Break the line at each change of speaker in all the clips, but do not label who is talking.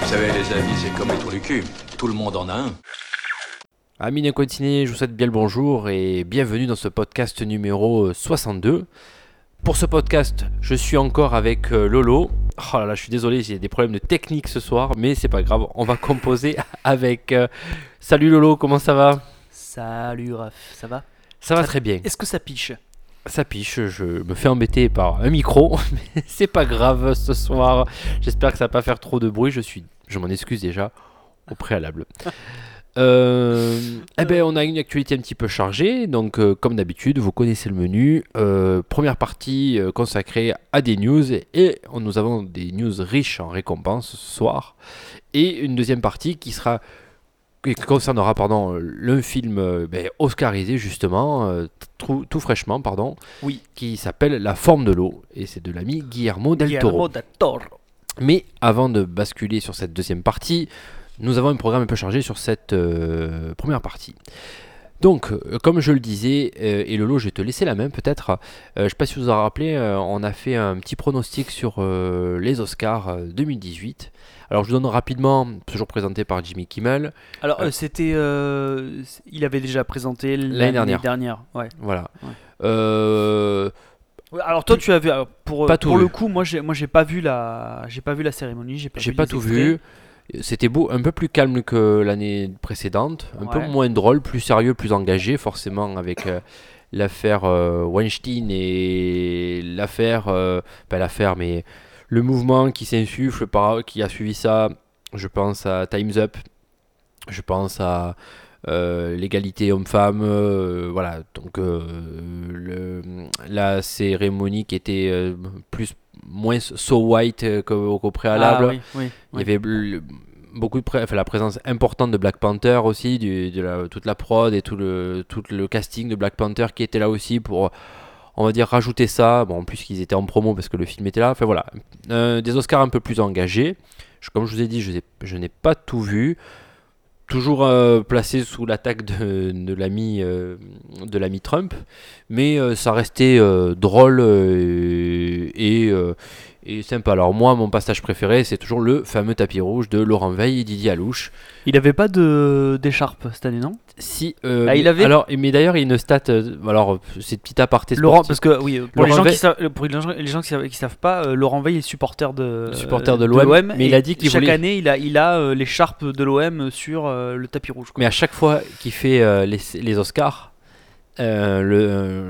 Vous savez, les amis, c'est comme les trous du cul. Tout le monde en a un.
Amis d'un continent, je vous souhaite bien le bonjour et bienvenue dans ce podcast numéro 62. Pour ce podcast, je suis encore avec euh, Lolo. Oh là là, je suis désolé, j'ai des problèmes de technique ce soir, mais c'est pas grave, on va composer avec. euh, Salut Lolo, comment ça va
Salut Raph, ça va
Ça va très bien.
Est-ce que ça piche
Ça piche, je me fais embêter par un micro, mais c'est pas grave ce soir. J'espère que ça va pas faire trop de bruit, je suis je m'en excuse déjà au préalable. Euh, eh ben, on a une actualité un petit peu chargée, donc euh, comme d'habitude, vous connaissez le menu. Euh, première partie euh, consacrée à des news et on- nous avons des news riches en récompenses ce soir. Et une deuxième partie qui sera qui concernera pardon le film euh, ben, oscarisé justement euh, tout, tout fraîchement pardon
Oui.
qui s'appelle La forme de l'eau et c'est de l'ami Guillermo del Toro.
Guillermo del Toro.
Mais avant de basculer sur cette deuxième partie, nous avons un programme un peu chargé sur cette euh, première partie. Donc, euh, comme je le disais, euh, et Lolo, je vais te laisser la main peut-être. Euh, je ne sais pas si vous vous en rappelez, euh, on a fait un petit pronostic sur euh, les Oscars euh, 2018. Alors, je vous donne rapidement, toujours présenté par Jimmy Kimmel.
Alors,
Euh.
euh, c'était. euh, il avait déjà présenté l'année
dernière.
ouais.
Voilà.
Ouais.
Euh,
Ouais, Alors, toi, tu as vu. alors, pour
Pas tout
pour le
vu.
coup, moi, j'ai moi, j'ai pas vu la, j'ai pas vu la cérémonie. J'ai pas,
J'ai
vu
pas
les
tout
extraits.
vu. C'était beau, un peu plus calme que l'année précédente, un peu
Ouais.
moins drôle, plus sérieux, plus engagé, forcément avec euh, l'affaire euh, Weinstein et l'affaire, euh, pas l'affaire, mais le mouvement qui s'insuffle, par, qui a suivi ça. Je pense à Times Up, je pense à euh, l'égalité homme-femme, euh, voilà. Donc euh, le- la cérémonie qui était euh, plus moins so white euh, qu'au qu'au préalable.
Ah, oui, oui,
Il
oui.
y avait le- beaucoup de pré- enfin, la présence importante de Black Panther aussi, du- de la- toute la prod et tout le, tout le casting de Black Panther qui était là aussi pour, on va dire, rajouter ça. Bon, en plus, qu'ils étaient en promo parce que le film était là. Enfin voilà, Euh, des Oscars un peu plus engagés. Je- comme je vous ai dit, je, n'ai- je n'ai pas tout vu. Toujours euh, placé sous l'attaque de, de l'ami euh, de l'ami Trump, mais euh, ça restait euh, drôle euh, et euh, et sympa. Alors moi, mon passage préféré, c'est toujours le fameux tapis rouge de Laurent Veil et Didier Alouche.
Il avait pas de d'écharpe cette année, non
Si, euh,
Ah, il
mais-
avait
Alors, mais d'ailleurs, il y a une stat. euh, alors, euh, c'est petit aparté.
Laurent,
sportif.
parce que oui, euh, pour, les
Laurent
gens,
Veil-
qui savent, euh, pour les gens, les gens qui, savent, qui savent pas, euh, Laurent Veil est supporter de,
Supporter de l'OM, mais
et
il a dit qu'il
chaque
voulait-
année, il a, il a euh, l'écharpe de l'OM sur euh, le tapis rouge. quoi.
Mais à chaque fois qu'il fait euh, les, les Oscars, euh,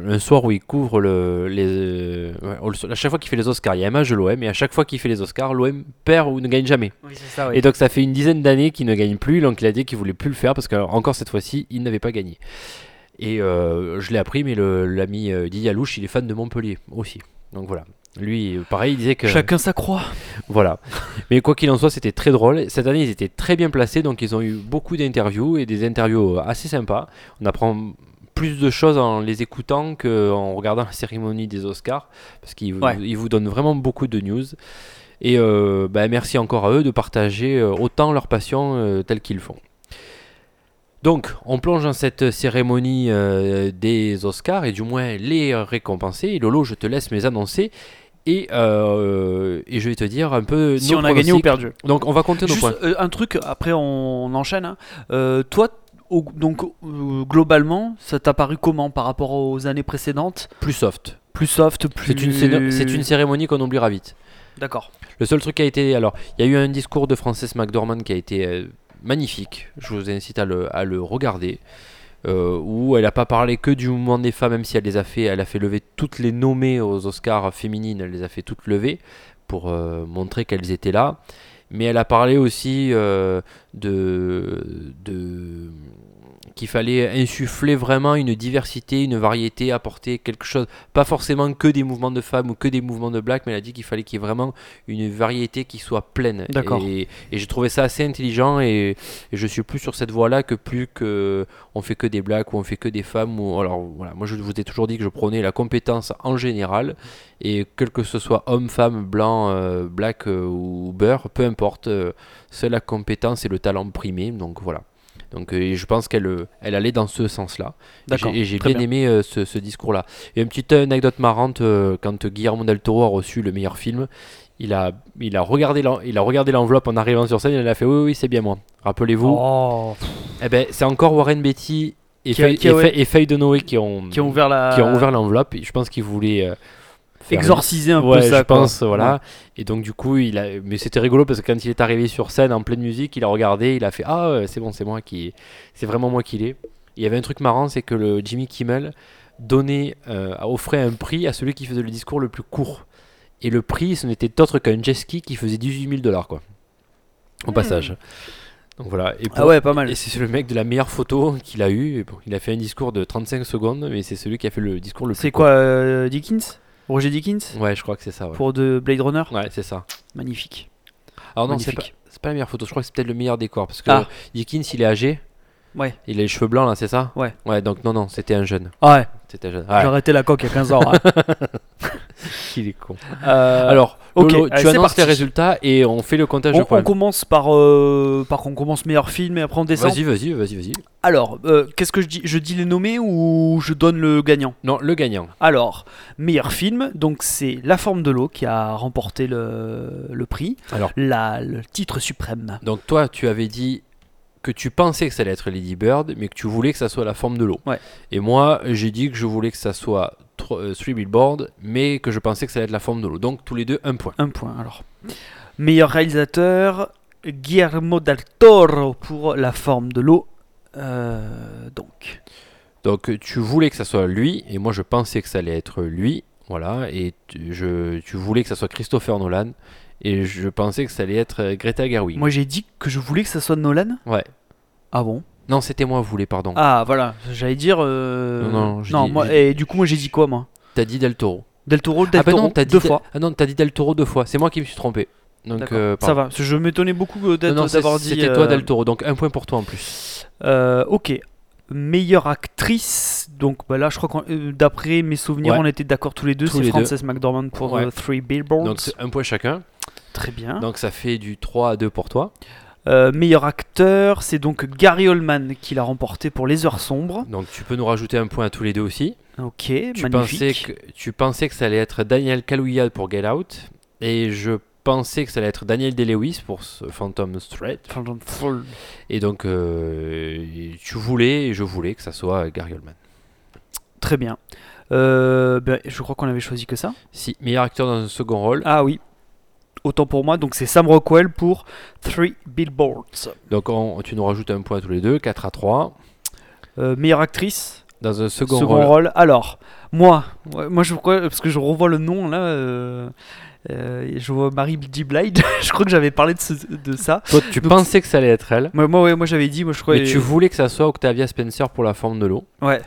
le, un soir où il couvre le, les, euh, ouais, à chaque fois qu'il fait les Oscars, il y a un match de l'OM, et à chaque fois qu'il fait les Oscars, l'OM perd ou ne gagne jamais.
Oui, c'est ça,
Et donc ça fait une dizaine d'années qu'il ne gagne plus, donc il a dit qu'il voulait plus le faire parce que alors, encore cette fois-ci, il n'avait pas gagné. Et euh, je l'ai appris, mais le- l'ami euh, Didier Alouche, il est fan de Montpellier aussi. Donc voilà. Lui, euh, pareil, il disait que...
Chacun sa croix.
Voilà. Mais quoi qu'il en soit, c'était très drôle. Cette année, ils étaient très bien placés, donc ils ont eu beaucoup d'interviews et des interviews euh, assez sympas. On apprend plus de choses en les écoutant qu'en regardant la cérémonie des Oscars, parce qu'ils vous-
Ouais.
ils vous donnent vraiment beaucoup de news. Et euh, bah, merci encore à eux de partager euh, autant leur passion euh, telle qu'ils le font. Donc, on plonge dans cette cérémonie euh, des Oscars, et du moins les euh, récompensés. Et Lolo, je te laisse mes annoncer. Et, euh, et je vais te dire un peu
Si
nos
on a gagné ou
pronostics.
perdu.
Donc on va compter nos
Juste
points.
euh, un truc, après on, on enchaîne. hein. Euh, toi, au- donc euh, globalement, ça t'a paru comment par rapport aux années précédentes
Plus soft.
Plus soft, plus.
C'est une, céno- c'est une cérémonie qu'on oubliera vite.
D'accord.
Le seul truc qui a été... Alors, il y a eu un discours de Frances McDormand qui a été euh, magnifique. Je vous incite à le, à le regarder. euh, où elle n'a pas parlé que du mouvement des femmes, même si elle les a fait, elle a fait lever toutes les nommées aux Oscars féminines, elle les a fait toutes lever pour euh, montrer qu'elles étaient là. Mais elle a parlé aussi euh, de, de qu'il fallait insuffler vraiment une diversité, une variété, apporter quelque chose, pas forcément que des mouvements de femmes ou que des mouvements de black, mais elle a dit qu'il fallait qu'il y ait vraiment une variété qui soit pleine.
D'accord.
Et, et j'ai trouvé ça assez intelligent et, et je suis plus sur cette voie-là que plus que on fait que des blacks ou on fait que des femmes. Ou, alors voilà, moi je vous ai toujours dit que je prenais la compétence en général et quel que ce soit homme, femme, blanc, euh, black euh, ou beurre, peu importe, euh, c'est la compétence et le talent primé. Donc voilà. Donc euh, et je pense qu'elle euh, elle allait dans ce sens-là. Et
D'accord,
j'ai- Et j'ai
très
bien, aimé euh, ce, ce discours-là. Et une petite anecdote marrante, euh, quand Guillermo del Toro a reçu le meilleur film, il a, il a regardé l'en- il a regardé l'enveloppe en arrivant sur scène et il a fait oui oui, oui, c'est bien moi. Rappelez-vous,
Oh,
eh ben, c'est encore Warren Beatty et,
Qui a-
Faye-
qui a-
et Faye- et Faye Dunaway qui ont,
qui ont ouvert la.
qui ont ouvert l'enveloppe. Et Je pense qu'ils voulaient euh, faire une-
Exorciser un
Ouais,
peu ça.
je
quoi.
pense, voilà. Et donc du coup, il a... mais c'était rigolo parce que quand il est arrivé sur scène en pleine musique, il a regardé, il a fait ah euh, c'est bon, c'est moi qui, c'est vraiment moi qui l'ai. Il y avait un truc marrant, c'est que le Jimmy Kimmel donnait, euh, offrait un prix à celui qui faisait le discours le plus court. Et le prix, ce n'était autre qu'un jet ski qui faisait 18 000 dollars quoi. Au passage. Donc voilà. Et pour-
Hmm. Ah ouais, pas mal.
et c'est le mec de la meilleure photo qu'il a eu. Et bon, il a fait un discours de 35 secondes, mais c'est celui qui a fait le discours le plus.
C'est quoi, euh, Dickens Roger Dickens
Ouais, je crois que c'est ça. ouais.
Pour de Blade Runner
Ouais, c'est ça.
Magnifique.
Alors non, c'est pas,
Magnifique.
c'est pas la meilleure photo, je crois que c'est peut-être le meilleur décor parce que
Ah.
Dickens il est âgé.
Ouais.
Il a les cheveux blancs là, c'est ça
Ouais.
Ouais, donc non, non, c'était un jeune.
Ah ouais,
C'était un jeune.
j'ai
Ouais.
arrêté la coque il y a 15 ans. hein.
Il est con.
Euh,
Alors,
ok,
Lolo,
allez,
tu
c'est
annonces
parti.
les résultats et on fait le comptage
on,
de points.
on commence par, euh, par qu'on commence meilleur film et après on descend.
Vas-y, vas-y, vas-y, vas-y.
Alors, euh, qu'est-ce que je dis Je dis les nommés ou je donne le gagnant
Non, le gagnant.
Alors, meilleur film, donc c'est La forme de l'eau qui a remporté le, le prix,
Alors,
la, le titre suprême.
donc toi, tu avais dit que tu pensais que ça allait être Lady Bird, mais que tu voulais que ça soit la forme de l'eau.
Ouais.
Et moi, j'ai dit que je voulais que ça soit tro- euh, Three Billboards, mais que je pensais que ça allait être la forme de l'eau. Donc tous les deux, un point.
Un point alors. Meilleur réalisateur, Guillermo del Toro pour La forme de l'eau. Euh, donc,
Donc euh, tu voulais que ça soit lui, et moi je pensais que ça allait être lui, voilà, et tu, je, tu voulais que ça soit Christopher Nolan, et je pensais que ça allait être euh, Greta Gerwig.
moi j'ai dit que je voulais que ça soit Nolan.
Ouais.
Ah bon
Non, c'était moi, voulais, pardon.
Ah voilà, j'allais dire.
Non,
euh,
non, j'ai dit-
moi,
j'ai-
et du coup, moi j'ai dit quoi moi
T'as dit Del Toro.
Del Toro, Del
ah bah
Toro,
non, t'as dit
deux
Del-
fois.
Ah non, t'as dit Del Toro deux fois. C'est moi qui me suis trompé. Donc
D'accord.
euh,
ça
pardon.
va, parce que je m'étonnais beaucoup euh,
Non,
d'être-
non, c'est-
d'avoir dit.
c'était toi
euh,
Del Toro, donc un point pour toi en plus.
Euh, ok. Meilleure actrice, donc bah là je crois que d'après mes souvenirs
Ouais.
on était d'accord tous les deux,
Tous
c'est
les
Frances McDormand pour
Ouais.
euh, Three Billboards.
Donc c'est un point chacun.
Très bien.
donc ça fait du 3 à 2 pour toi.
Euh, meilleur acteur, c'est donc Gary Oldman qui l'a remporté pour Les Heures Sombres.
Donc tu peux nous rajouter un point à tous les deux aussi.
Ok,
Tu pensais,
magnifique.
que, tu pensais que ça allait être Daniel Kaluuya pour Get Out et je pensais que ça allait être Daniel Day-Lewis pour ce Phantom Thread.
Pardon, full.
Et donc, euh, tu voulais et je voulais que ça soit Gary Oldman.
Très bien. Euh, ben, je crois qu'on avait choisi que ça.
Si, meilleur acteur dans un second rôle.
Ah oui. Autant pour moi, donc c'est Sam Rockwell pour Three Billboards.
Donc, on- tu nous rajoutes un point tous les deux, 4 à 3.
Euh, meilleure actrice,
Dans un second,
second,
rôle.
rôle. Alors, moi, ouais, moi je crois, parce que je revois le nom là, euh, euh, je vois Marie D. Blige, je crois que j'avais parlé de, ce- de ça.
Toi, tu
Donc,
pensais que ça allait être elle.
Moi, moi, ouais, moi j'avais dit, moi je croyais.
Mais tu voulais que ça soit Octavia Spencer pour La forme de l'eau.
Ouais,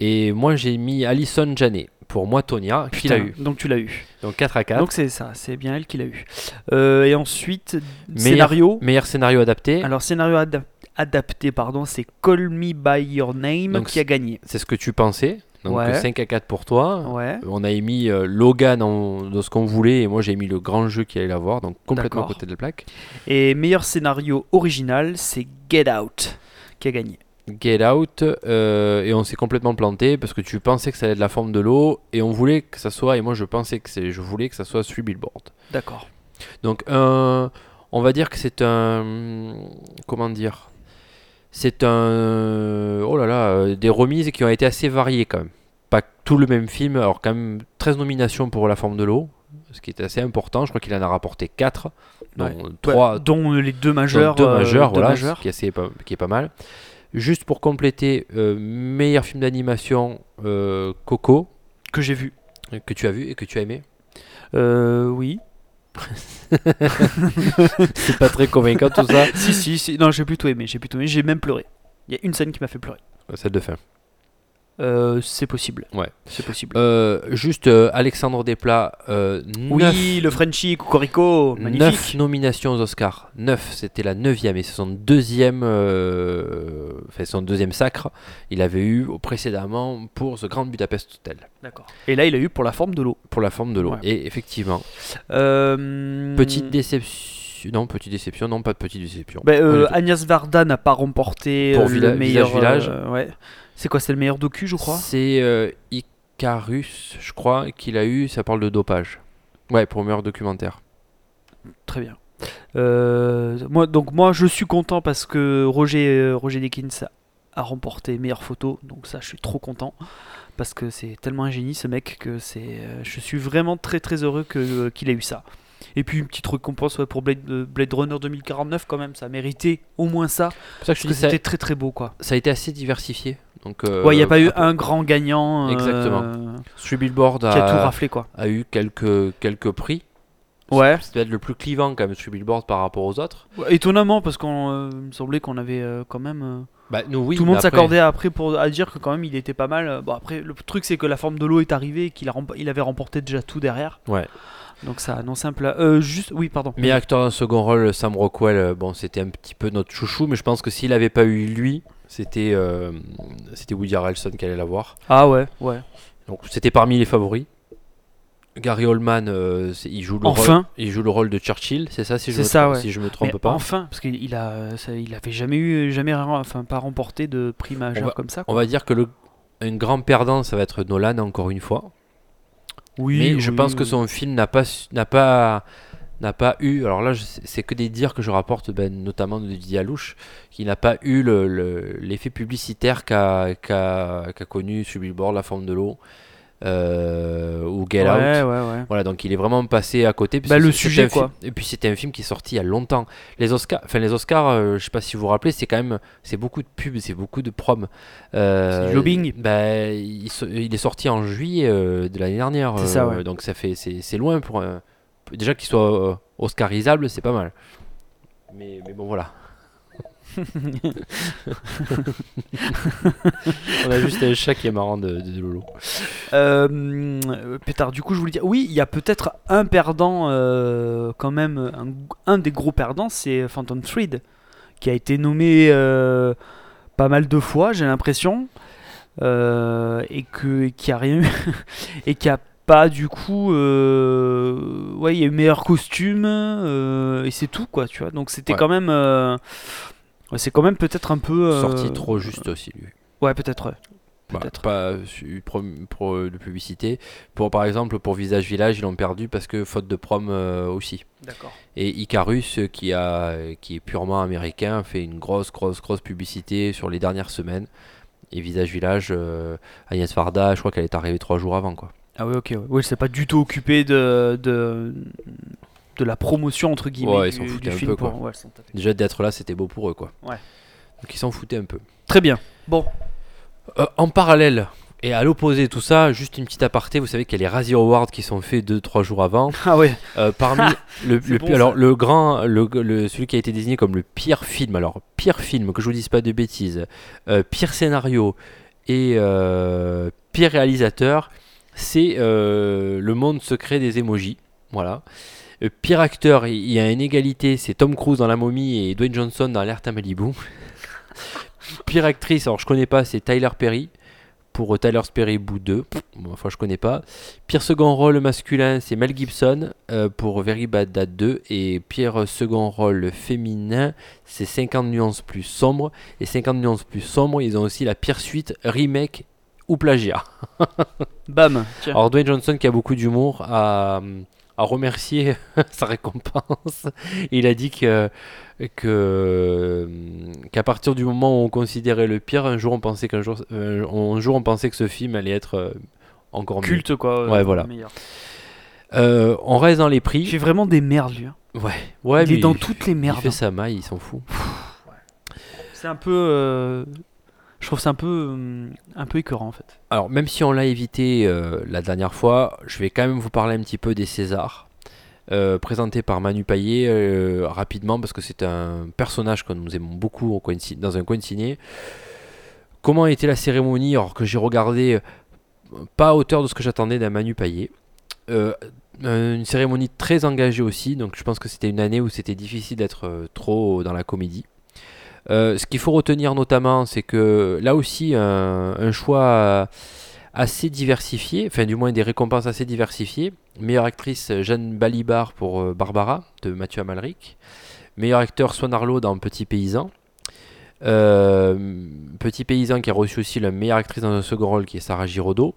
Et moi, j'ai mis Alison Janet pour moi, Tonya, qui l'a
putain,
eu.
Donc tu l'as eu.
Donc, 4 à 4.
Donc c'est ça, c'est bien elle qui l'a eu. Euh, et ensuite,
Meilleur-
scénario.
Meilleur scénario adapté.
Alors, scénario adap- adapté, pardon, c'est Call Me By Your Name
Donc,
qui a gagné.
C'est ce que tu pensais. Donc
Ouais.
5 à 4 pour toi.
Ouais.
On a émis euh, Logan en- dans ce qu'on voulait et moi j'ai mis le grand jeu qui allait l'avoir, donc complètement à
D'accord.
côté de la plaque.
Et meilleur scénario original, c'est Get Out qui a gagné.
Get Out euh, et on s'est complètement planté parce que tu pensais que ça allait être la forme de l'eau et on voulait que ça soit et moi je pensais que c'est, je voulais que ça soit Three Billboards.
D'accord.
Donc un- on va dire que c'est un comment dire, c'est un oh là là euh, des remises qui ont été assez variées quand même. Pas tout le même film, alors quand même 13 nominations pour La Forme de l'eau, ce qui est assez important. Je crois qu'il en a rapporté 4, dont
Ouais.
3,
Ouais, dont les deux majeurs.
deux
euh,
majeurs,
deux
voilà,
majeurs.
ce qui est, assez pas, qui est pas mal. Juste pour compléter, euh, meilleur film d'animation euh, Coco
que j'ai vu.
que tu as vu et que tu as aimé.
Euh, oui.
C'est pas très convaincant tout ça. Ah.
si, si, si. Non, j'ai plutôt aimé. J'ai plutôt aimé. J'ai même pleuré. Il y a une scène qui m'a fait pleurer.
Celle de fin.
Euh, c'est possible.
Ouais.
C'est possible.
Euh, juste euh, Alexandre Desplat, euh,
oui,
neuf-
le Frenchie, Cocorico,
Neuf
magnifique.
nominations aux Oscars. 9, c'était la 9e et c'est son deuxième, euh, enfin, son deuxième sacre. Il avait eu précédemment pour The Grand Budapest Hotel,
D'accord. Et là, il a eu pour la forme de l'eau.
pour la forme de l'eau.
Ouais.
Et effectivement,
Euh,
petite déception. Non, petite déception, non, pas de petite déception.
bah, euh,
Pas du
Agnès Varda n'a pas remporté
Pour
euh,
Villa-
le meilleur
Village, Village.
euh, ouais. C'est quoi C'est le meilleur docu, je
tout.
crois.
C'est euh, Icarus, je crois, qu'il a eu. Ça parle de dopage. Ouais, pour meilleur documentaire.
Très bien. Euh, moi, donc moi, je suis content parce que Roger, euh, Roger Dickens a- a remporté meilleure photo. Donc ça, je suis trop content parce que c'est tellement un génie ce mec que c'est. euh, je suis vraiment très très heureux que euh, qu'il ait eu ça. Et puis une petite récompense ouais, pour Blade, euh, Blade Runner 2049 quand même. Ça méritait au moins ça
C'est pour ça que
parce
je
que
dis ça,
c'était très très beau quoi.
ça a été assez diversifié. Donc, euh,
ouais, il n'y a pas eu
à-
un grand gagnant. euh,
Exactement. Three Billboards
qui a tout
a,
raflé quoi.
a eu quelques, quelques prix.
Ouais.
C'est peut-être le plus clivant quand même, Three Billboards par rapport aux autres.
Ouais, Étonnamment parce qu'on euh, il me semblait qu'on avait euh, quand même. euh,
Bah, nous, oui,
tout le
mais
monde
après-
s'accordait après pour à dire que quand même il était pas mal. Euh, Bon après le truc c'est que la forme de l'eau est arrivée et qu'il a remp- il avait remporté déjà tout derrière.
Ouais.
Donc ça annonce un plat. Euh, juste oui pardon.
Mais acteur d'un second rôle, Sam Rockwell, euh, bon, c'était un petit peu notre chouchou, mais je pense que s'il n'avait pas eu lui, c'était euh, c'était Woody Harrelson qui allait l'avoir.
Ah ouais ouais.
Donc c'était parmi les favoris. Gary Oldman, euh, c'est- il, joue le rôle,
Enfin.
il joue le rôle de Churchill, c'est ça si je
C'est
me
ça,
trompe-
ouais.
si je me
Mais
trompe pas.
enfin parce qu'il il a ça- il avait jamais eu jamais rem- enfin pas remporté de prix majeur
va-
comme ça.
On
quoi.
va dire que le, un grand perdant, ça va être Nolan encore une fois.
Oui.
mais je
oui,
pense que
oui.
son film n'a pas su- n'a pas n'a pas eu alors là je sais- c'est que des dires que je rapporte ben, notamment de Didier Alouche qui n'a pas eu le- le- l'effet publicitaire qu'a qu'a qu'a connu sur Billboard La Forme de l'eau euh, ou Get
ouais,
Out
Ouais ouais.
voilà donc il est vraiment passé à côté
Bah,
c'est-
le
c'est
sujet,
un film-
quoi.
et puis c'était un film qui est sorti il y a longtemps les Oscars enfin les Oscars euh, je sais pas si vous vous rappelez c'est quand même c'est beaucoup de pubs c'est beaucoup de proms Euh,
C'est du lobbying.
bah, il, so- il est sorti en juillet euh, de l'année dernière
C'est ça,
euh,
ouais.
donc ça fait c'est c'est loin pour un- déjà qu'il soit euh, Oscarisable c'est pas mal mais, mais bon voilà on a juste un chat qui est marrant de, de Lolo
Euh, euh, pétard, du coup, je voulais dire, oui, il y a peut-être un perdant, euh, quand même, un, un des gros perdants, c'est Phantom Thread, qui a été nommé euh, pas mal de fois, j'ai l'impression, euh, et que et qui a rien eu, et qui a pas du coup, euh, ouais, il y a eu meilleur costume, euh, et c'est tout, quoi, tu vois. Donc c'était
Ouais.
quand même, euh, ouais, c'est quand même peut-être un peu. euh,
sorti trop juste aussi lui
Ouais, peut-être, ouais.
Bah,
Peut-être.
pas su- prom- pro- de publicité. Pour, par exemple, pour Visage Village, ils l'ont perdu parce que faute de prom euh, aussi.
D'accord.
Et Icarus, euh, qui, a, qui est purement américain, fait une grosse, grosse, grosse publicité sur les dernières semaines. Et Visage Village, euh, Agnès Varda, je crois qu'elle est arrivée trois jours avant. Quoi.
Ah oui, ok. Ouais. Oui, c'est pas du tout occupé de, de, de la promotion, entre guillemets,
Ouais, ils s'en
du,
foutaient
du
un
film.
peu, quoi.
pour- ouais, ils s'en tapaient.
Déjà d'être là, c'était beau pour eux. Quoi.
Ouais.
Donc ils s'en foutaient un peu.
Très bien. Bon.
Euh, en parallèle et à l'opposé de tout ça, juste une petite aparté, vous savez qu'il y a les Razzie Awards qui sont faits deux, trois jours avant.
Ah ouais.
Euh, parmi le,
C'est
le-
bon,
alors
ça.
le grand le, le- celui qui a été désigné comme le pire film alors pire film que je vous dise pas de bêtises euh, pire scénario et euh, pire réalisateur c'est euh, le monde secret des emojis voilà Euh, pire acteur il il y a une égalité c'est Tom Cruise dans La Momie et Dwayne Johnson dans L'Alerte à Malibu pire actrice alors je connais pas c'est Tyler Perry pour euh, Tyler Perry bout 2 Bon, enfin, je connais pas. Pire second rôle masculin, c'est Mel Gibson euh, pour Very Bad Dad 2. Et pire second rôle féminin, c'est 50 nuances plus sombres. Et 50 nuances plus sombres, ils ont aussi la pire suite, remake ou plagiat.
Bam. Tiens.
Alors, Dwayne Johnson, qui a beaucoup d'humour, a, a remercié sa récompense. Il a dit que que- qu'à partir du moment où on considérait le pire, un jour on pensait qu'un jour, euh, un jour on pensait que ce film allait être euh, encore mieux.
Culte, quoi. euh,
Ouais, voilà.
meilleur.
Euh, on reste dans les
Il fait
prix.
vraiment des merdes, lui. hein.
Ouais, ouais,
il est
mais
dans
il-
toutes les
Il
merdes.
fait sa maille, il s'en fout.
C'est un peu. euh, Je trouve c'est un peu. euh, Un peu écœurant, en fait.
Alors, même si on l'a évité euh, la dernière fois, je vais quand même vous parler un petit peu des Césars, euh, présentés par Manu Payet euh, rapidement, parce que c'est un personnage que nous aimons beaucoup au coin de ci- dans un coin de ciné, comment était la cérémonie, alors que j'ai regardé euh, pas à hauteur de ce que j'attendais d'un Manu Payet. Euh, une cérémonie très engagée aussi, donc je pense que c'était une année où c'était difficile d'être euh, trop dans la comédie. Euh, ce qu'il faut retenir notamment, c'est que là aussi, un, un choix euh, assez diversifié, enfin du moins des récompenses assez diversifiées. Meilleure actrice euh, Jeanne Balibar pour euh, Barbara de Mathieu Amalric. Meilleur acteur Swan Arlo dans Petit Paysan. Euh, Petit Paysan qui a reçu aussi la meilleure actrice dans un second rôle qui est Sarah Giraudot.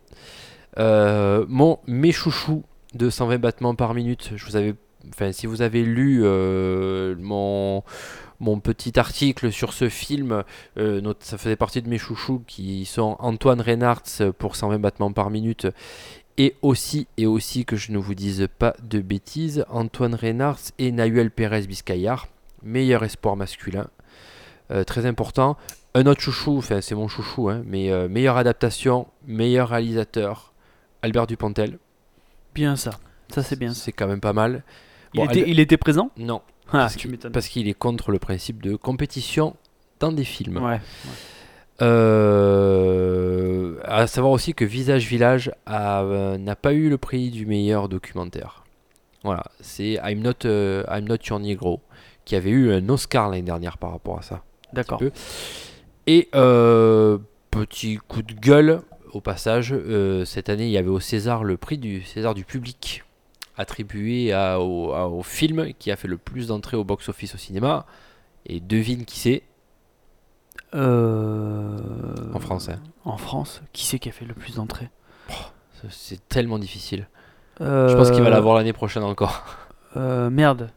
Euh, mon mes chouchous de 120 battements par minute. Je vous avais, enfin si vous avez lu euh, mon mon petit article sur ce film, euh, notre- ça faisait partie de mes chouchous qui sont Antoine Reinhardt pour 120 battements par minute et aussi, et aussi que je ne vous dise pas de bêtises, Antoine Reynards et Nahuel Pérez Biscayar, meilleur espoir masculin, Euh, très important. Un autre chouchou, enfin c'est mon chouchou, hein, mais euh, meilleure adaptation, meilleur réalisateur, Albert Dupontel.
Bien ça. Ça, c'est bien. ça.
C'est quand même pas mal.
Il,
Bon,
était,
Albert-
il était présent
Non,
Ah,
parce
tu
qu'il-
m'étonnes.
parce qu'il est contre le principe de compétition dans des films.
Ouais.
Euh, à savoir aussi que Visage Village a- euh, n'a pas eu le prix du meilleur documentaire. Voilà, c'est I'm Not, euh, I'm Not Your Negro qui avait eu un Oscar l'année dernière par rapport à ça.
D'accord.
peu. Et euh, petit coup de gueule au passage, euh, cette année il y avait au César le prix du César du public attribué à- au, à- au film qui a fait le plus d'entrées au box-office au cinéma. Et devine qui c'est
Euh,
en français.
En France, qui c'est qui a fait le plus d'entrées
C'est tellement difficile. Je pense qu'il va
Euh,
l'avoir l'année prochaine encore.
euh, merde.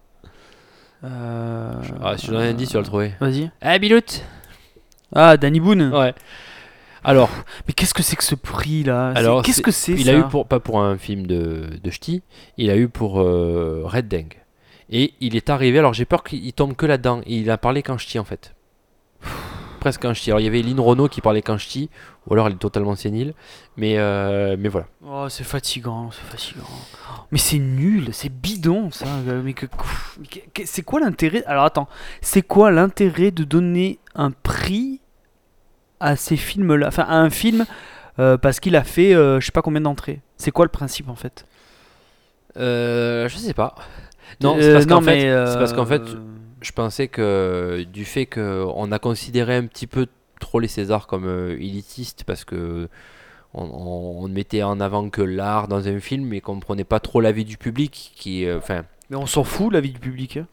Euh,
Ah, si je donne un indice, tu vas le trouver.
Vas-y.
Ah, Bilout
Ah, Danny Boone.
Ouais. Alors,
Mais qu'est-ce que c'est que ce prix là C'est-
Alors,
qu'est-ce
c'est-
que c'est
il
ça
a eu pour, pas pour un film de, de ch'ti, il a eu pour euh, Red Deng. Et il est arrivé, alors j'ai peur qu'il tombe que là-dedans. Et Il a parlé qu'en ch'ti en fait. Presque en ch'ti. Alors il y avait Lynn Renault qui parlait qu'en ch'ti, ou alors elle est totalement sénile. Mais, euh, mais voilà.
Oh, c'est fatigant, c'est fatigant. Mais c'est nul, c'est bidon ça. euh, Mais que mais que- que- c'est quoi l'intérêt Alors attends, c'est quoi l'intérêt de donner un prix à ces films-là, enfin à un film euh, parce qu'il a fait euh, je sais pas combien d'entrées. C'est quoi le principe en fait
Euh, je sais pas. Non,
Euh,
c'est parce qu'en
mais,
fait, c'est parce qu'en fait,
euh,
je pensais que du fait qu'on a considéré un petit peu trop les Césars comme euh, élitistes parce que on, on- on ne mettait en avant que l'art dans un film mais qu'on ne prenait pas trop l'avis du public qui euh, enfin
mais on s'en fout de la vie du public. hein.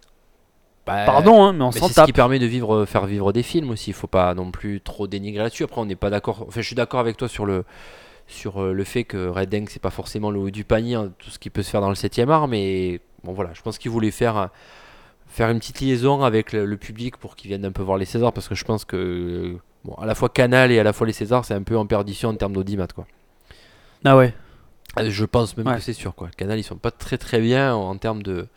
bah,
Pardon, hein, mais on
mais
s'en
c'est ce
tape.
qui permet de vivre euh, faire vivre des films aussi il faut pas non plus trop dénigrer là-dessus après on n'est pas d'accord enfin je suis d'accord avec toi sur le sur euh, le fait que Red Deng c'est pas forcément le haut du panier hein, tout ce qui peut se faire dans le 7 e art mais bon voilà je pense qu'il voulait faire un- faire une petite liaison avec le, le public pour qu'ils viennent un peu voir les Césars parce que je pense que euh, bon, à la fois Canal et à la fois les Césars c'est un peu en perdition en termes d'audimat quoi
Ah ouais.
euh, Je pense même
Ouais.
que c'est sûr quoi. Canal ils sont pas très très bien en termes de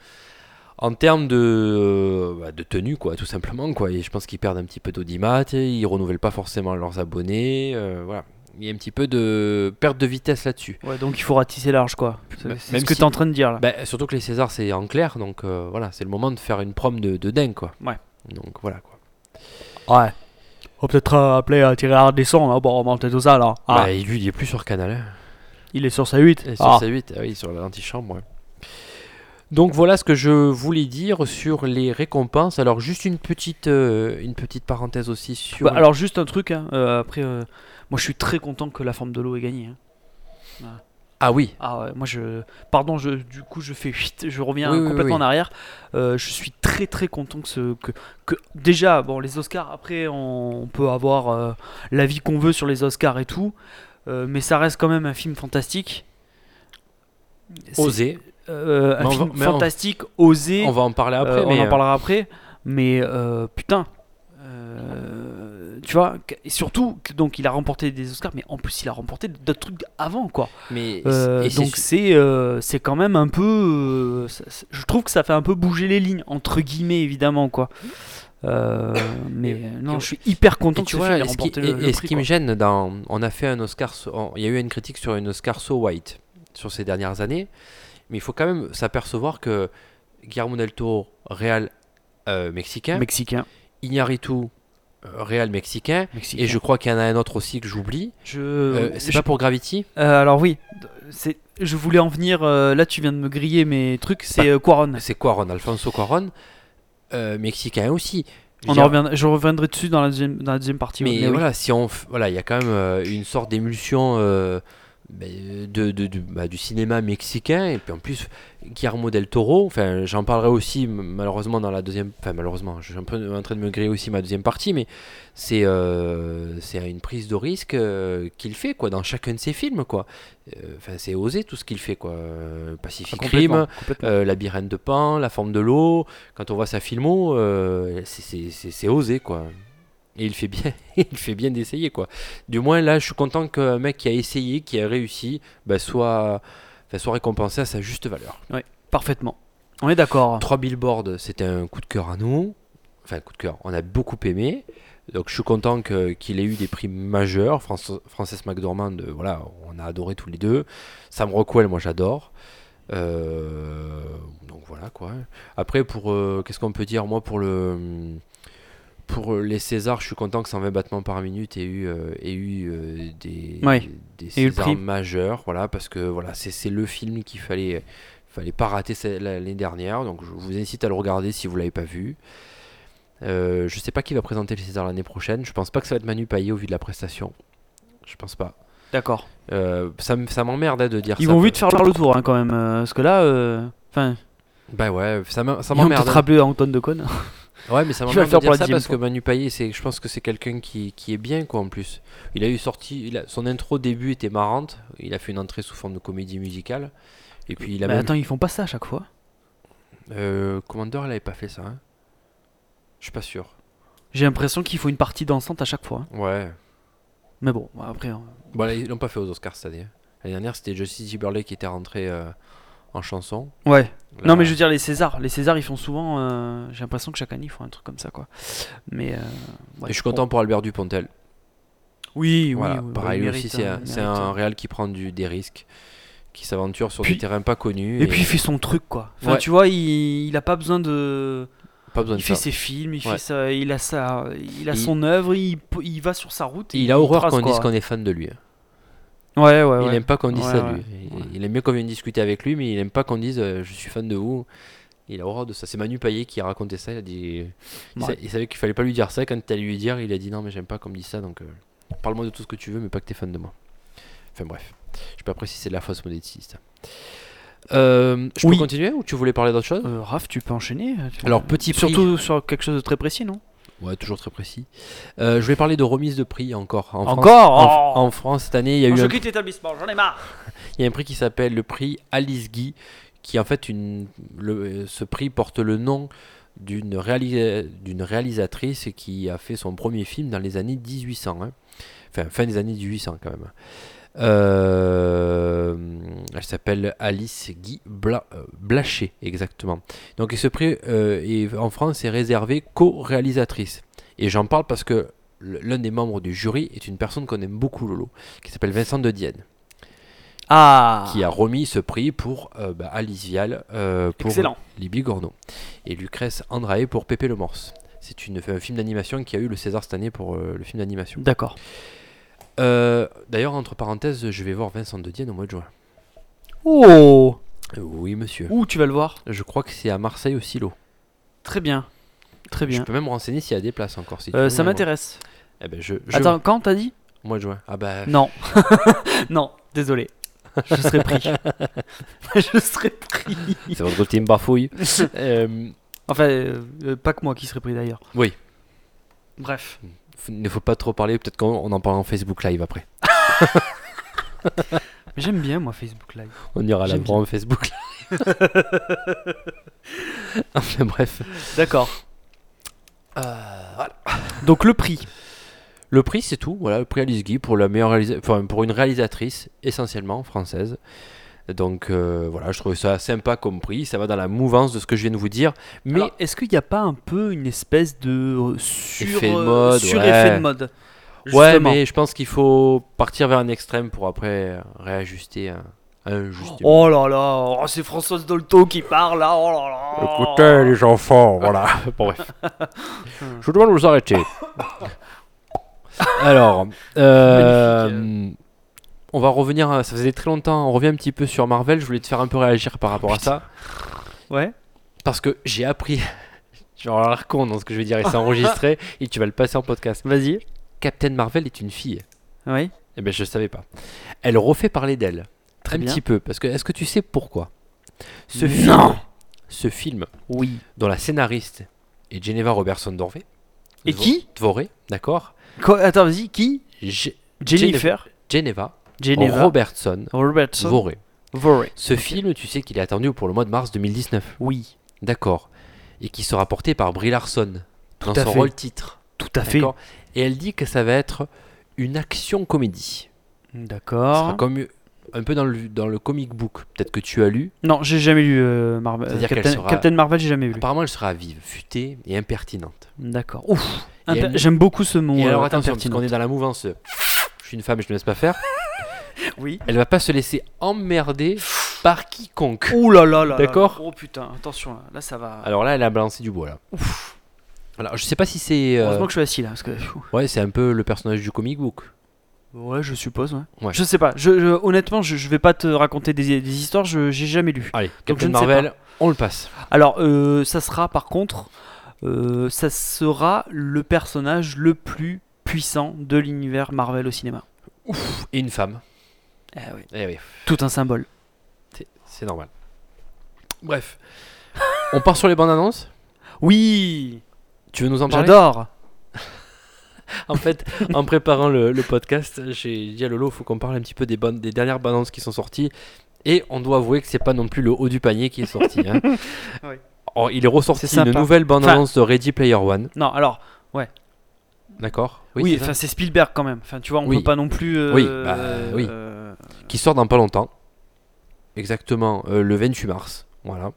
en termes de euh, bah, de tenue quoi tout simplement quoi et je pense qu'ils perdent un petit peu d'audimat et ils renouvellent pas forcément leurs abonnés euh, voilà il y a un petit peu de perte de vitesse là-dessus
Ouais, donc il faut ratisser large quoi.
Bah,
C'est c'est
même
ce que
si-
t'es en train de dire là.
Bah, surtout que les Césars c'est en clair donc euh, voilà c'est le moment de faire une prom de, de dingue quoi
Ouais.
donc voilà quoi
Bah, Ouais. On peut-être euh, appeler à tirer à des sons, là. Bon, on va monter tout ça, là. Ah,
Bah, et lui il est plus sur Canal hein.
il est sur sa 8.
Et sur sa huit, ah oui, sur l'antichambre. ouais. Donc voilà ce que je voulais dire sur les récompenses. Alors juste une petite, euh, une petite parenthèse aussi sur.
Bah, alors, juste un truc, hein, euh, après, euh, moi je suis très content que la forme de l'eau ait gagné. hein.
ah oui.
Ah ouais, moi je. Pardon, je, du coup je fais 8, je reviens
Oui, oui,
complètement
oui.
en arrière. Euh, je suis très très content que ce. Que, que- déjà, bon, les Oscars, après on, on peut avoir euh, l'avis qu'on veut sur les Oscars et tout, euh, mais ça reste quand même un film fantastique. C'est-
Osé.
euh,
Mais
un
on
film
va- mais on-
fantastique, osé.
On va en parler après.
Euh,
mais,
on en
euh,
parlera après. Mais euh, putain, euh, tu vois, que- et surtout, que- donc il a remporté des Oscars, mais en plus il a remporté d'autres trucs avant quoi.
Mais
Euh,
et c'est
donc
su-
c'est euh, c'est quand même un peu, euh, ça- ça- je trouve que ça fait un peu bouger les lignes entre guillemets évidemment quoi. Euh, mais euh, non,
et-
je suis hyper content
Et
que
tu
ce
vois,
film ait
et ce qui,
remporté le,
et-
le
et ce
prix,
qui
quoi.
me gêne, dans, on a fait un Oscar, so- on- il y a eu une critique sur une Oscar so white sur ces dernières années, mais il faut quand même s'apercevoir que Guillermo del Toro, réal euh, mexicain,
mexicain.
Iñárritu, euh, réel mexicain.
Mexique.
Et je crois qu'il y en a un autre aussi que j'oublie.
Je-
Euh, c'est
je-
pas pour Gravity
Euh, alors oui, c'est. Je voulais en venir. euh, là, tu viens de me griller mes trucs. C'est euh, Cuarón.
C'est Cuaron, Alfonso Cuaron, euh, mexicain aussi. Je veux
On
dire,
en reviendra- je reviendrai dessus dans la deuxième, dans la deuxième partie.
Mais
oui, oui.
voilà, si on, f- voilà, il y a quand même euh, une sorte d'émulsion euh, ben, de, de- du- bah, du cinéma mexicain et puis en plus Guillermo del Toro. Enfin, j'en parlerai aussi m- malheureusement dans la deuxième. Enfin, malheureusement, je suis un peu en train de me griller aussi ma deuxième partie, mais c'est euh, c'est une prise de risque euh, qu'il fait quoi dans chacun de ses films quoi. Euh, Enfin, c'est osé tout ce qu'il fait quoi. Euh, Pacific Rim,
Ah, complètement. complètement.
euh, labyrinthe de pain, la forme de l'eau. Quand on voit sa filmo, euh, c'est- c'est c'est- c'est osé quoi. Et il fait bien, il fait bien d'essayer quoi. Du moins là, je suis content qu'un mec qui a essayé, qui a réussi, bah, soit, enfin, soit récompensé à sa juste valeur.
Parfaitement. On est d'accord.
Trois billboards, c'était un coup de cœur à nous. Enfin, coup de cœur, on a beaucoup aimé. Donc je suis content que- qu'il ait eu des prix majeurs. Frances- Frances McDormand, euh, voilà, on a adoré tous les deux. Sam Rockwell, moi j'adore. Euh, donc voilà quoi. Après, pour euh, qu'est-ce qu'on peut dire Moi, pour le pour les Césars, je suis content que 120 battements par minute ait eu, euh, ait eu euh, des,
Ouais.
des
Et eu le
Césars
prix.
majeurs. Voilà, parce que voilà, c'est c'est le film qu'il fallait fallait pas rater celle- l'année dernière. Donc je vous incite à le regarder si vous l'avez pas vu. Euh, je sais pas qui va présenter les Césars l'année prochaine. Je pense pas que ça va être Manu Payet au vu de la prestation. Je pense pas.
D'accord.
Euh, ça m- ça m'emmerde hein, de dire
Ils
ça.
vont vite faire leur tour hein, quand même. euh, parce que là, euh, enfin,
Bah ouais, ça m- ça
ils vont peut-être
m'emmerde. hein.
rappeler Anton de Cône.
Ouais, mais ça
Tu
m'emmerde
vas le
de
faire
dire
pour la
ça
dixième
parce que Manu Payet, c'est, je pense que c'est quelqu'un qui, qui est bien quoi en plus. Il a eu sorti, il a- son intro au début était marrante. Il a fait une entrée sous forme de comédie musicale. Et puis il a
Mais
même-
attends, ils font pas ça à chaque fois.
Euh, Commander, il avait pas fait ça. hein. Je suis pas sûr.
J'ai l'impression qu'il faut une partie dansante à chaque fois. hein.
Ouais.
Mais bon, bah, après. hein.
Bon, là, ils l'ont pas fait aux Oscars cette année. hein. L'année dernière, c'était Justin Timberlake qui était rentré euh, en chanson.
Ouais.
Là-
Non, mais je veux dire, les Césars. Les Césars, ils font souvent. euh, J'ai l'impression que chaque année, ils font un truc comme ça, quoi. Mais. euh, ouais,
Et je suis content pour Albert Dupontel.
bon. Oui, oui.
voilà,
oui,
pareil,
il
lui aussi,
mérite,
c'est
hein,
un,
il
c'est
mérite,
un
hein.
réal qui prend du, des risques, qui s'aventure sur
Puis-
des terrains pas connus.
Et puis il fait son truc quoi. Enfin,
Ouais.
tu vois, il, il a pas besoin de.
pas besoin
Il
de
fait
ça.
ses films, il
Ouais.
fait sa- il a sa, il a
Il-
son œuvre, il, p- il va sur sa route. et
Il a horreur
trace,
qu'on
quoi.
dise qu'on est fan de lui. hein.
Ouais, ouais,
Il
ouais.
aime pas qu'on dise
Ouais,
ça de
ouais.
lui. Il- Il aime mieux qu'on vienne discuter avec lui, mais il aime pas qu'on dise euh, je suis fan de vous. Il a horreur de ça. C'est Manu Payet qui a raconté ça. Il a dit, il,
Ouais.
sa- il savait qu'il fallait pas lui dire ça. Quand t'allais lui dire, il a dit non, mais j'aime pas qu'on me dise ça. Donc euh, parle-moi de tout ce que tu veux, mais pas que t'es fan de moi. Enfin bref, je sais pas après si c'est de la fausse modétiste. Euh, je
Oui.
peux continuer ou tu voulais parler d'autre chose
Euh, Raph, tu peux enchaîner. tu-
Alors petit prix.
surtout sur quelque chose de très précis, non
Ouais, toujours très précis. Euh, je voulais parler de remise de prix encore. Oh. En France-
Encore
en, en France cette année, il y a eu
Je
un
quitte l'établissement, j'en ai marre.
Il y a un prix qui s'appelle le prix Alice Guy, qui en fait, une, le- ce prix porte le nom d'une réalisa- d'une réalisatrice qui a fait son premier film dans les années 1800. hein. Enfin, fin des années 1800 quand même. Euh, elle s'appelle Alice Guy Bla, euh, Blaché, exactement. Donc, et ce prix euh, est- en France est réservé qu'aux réalisatrices. Et j'en parle parce que l- l'un des membres du jury est une personne qu'on aime beaucoup, Lolo, qui s'appelle Vincent de Dienne
Ah
qui a remis ce prix pour euh, bah, Alice Vial euh, pour
Excellent.
Libby Gorno et Lucrèce Andrae pour Pépé Le Morse. C'est une- un film d'animation qui a eu le César cette année pour euh, le film d'animation.
D'accord.
Euh, D'ailleurs, entre parenthèses, je vais voir Vincent de Dienne au mois de juin.
Oh
Euh, Oui, monsieur.
Ouh, tu vas le voir.
Je crois que c'est à Marseille au Silo.
Très bien. Très
Je
bien.
peux même me renseigner s'il y a des places encore. Si tu
Euh,
veux,
ça
mais moi-
m'intéresse.
Eh ben, je, je-
Attends, Mm. quand t'as dit
Mois de juin. Ah bah.
Non. non, désolé. Je serais pris. je serais pris.
C'est votre team bafouille. Euh,
Enfin, euh, euh, pas que moi qui serais pris d'ailleurs.
Oui.
Bref.
f- il ne faut pas trop parler. Peut-être qu'on on en parle en Facebook Live après.
Mais j'aime bien moi Facebook Live.
On ira là
J'aime
en Facebook Live. enfin bref.
D'accord.
Euh,
Donc le prix.
Le prix, c'est tout. Voilà, le prix Alice Guy pour la meilleure réalisa- enfin, pour une réalisatrice essentiellement française. Donc euh, voilà, je trouvais ça sympa comme prix. Ça va dans la mouvance de ce que je viens de vous dire. Mais
Mais est-ce qu'il n'y a pas un peu une espèce de euh, sur
Effet de
euh,
mode,
sur
ouais.
effet de mode
ouais,
Justement.
mais je pense qu'il faut partir vers un extrême pour après euh, réajuster. hein. Injustifié.
Oh là là, oh, c'est Françoise Dolto qui parle là, oh là là.
Écoutez les enfants, voilà. Bon, bref. Je vous demande de vous arrêter. Alors, euh, on va revenir, à- ça faisait très longtemps, on revient un petit peu sur Marvel, je voulais te faire un peu réagir par rapport à ça,
Ouais.
parce que j'ai appris, je vais avoir l'air con dans ce que je vais dire, et c'est enregistré, et tu vas le passer en podcast.
Vas-y.
Captain Marvel est une fille.
Oui.
Eh ben, je savais pas. Elle refait parler d'elle.
Très
un
bien.
petit peu. Parce que, est-ce que tu sais pourquoi Ce
Non.
film, ce film,
Oui.
dont la scénariste est Geneva Robertson Dorvé.
Et
Dvo-
qui
Dvoré, d'accord.
Quoi, attends, vas-y, qui
Ge-
Jennifer.
Geneva,
Jennifer.
Robertson
Robertson.
Dvoré.
Vorey.
Ce film, tu sais qu'il est attendu pour le mois de mars 2019,
Oui.
d'accord. Et qui sera porté par Brie Larson dans
à
son
fait.
rôle titre.
Tout à fait.
D'accord. Et elle dit que ça va être une action comédie. Ça sera
D'accord.
comme un peu dans le, dans le comic book, peut-être que tu as lu.
Non, j'ai jamais lu euh, Marvel.
C'est-à-dire
Captain,
qu'elle sera-
Captain Marvel, j'ai jamais vu.
Apparemment, elle sera vive, futée et impertinente.
D'accord. Ouf.
Et
Imper-
elle-
J'aime beaucoup ce mot.
et alors,
euh,
attention, parce
impertinent.
qu'on est dans la mouvance. euh, Je suis une femme, je ne me laisse pas faire.
Oui.
Elle va pas se laisser emmerder par quiconque.
Ouh là là là. là.
D'accord.
Oh putain, attention là, là, ça va.
Alors là, elle a balancé du bois là. Alors, je sais pas si c'est. euh,
Heureusement que je suis assis là parce que. pfiou.
Ouais, c'est un peu le personnage du comic book.
Ouais, je suppose. Ouais.
Ouais.
Je sais pas. Je, je- honnêtement, je, je vais pas te raconter des, des histoires. Je j'ai jamais lu.
Allez,
je
Captain
ne sais
Marvel, on le passe.
Alors, euh, ça sera par contre, euh, ça sera le personnage le plus puissant de l'univers Marvel au cinéma.
Pff, Et une femme.
Eh oui.
Eh oui,
Tout un symbole.
c'est- c'est normal. Bref, on part sur les bandes annonces.
Oui,
Tu veux nous en parler
j'adore.
En fait, en préparant le, le podcast, j'ai dit à Lolo, faut qu'on parle un petit peu des, bonnes, des dernières balances qui sont sorties. Et on doit avouer que c'est pas non plus le haut du panier qui est sorti. hein.
Oui.
Or, il est ressorti
C'est sympa.
une nouvelle bande-annonce de Ready Player One,
Non, alors,
d'accord
oui,
c'est
enfin,
ça.
c'est Spielberg quand même. Enfin, tu vois, on
Oui.
peut pas non plus. euh,
Oui, bah, oui.
euh,
qui sort dans pas longtemps, exactement euh, le 28 mars, voilà.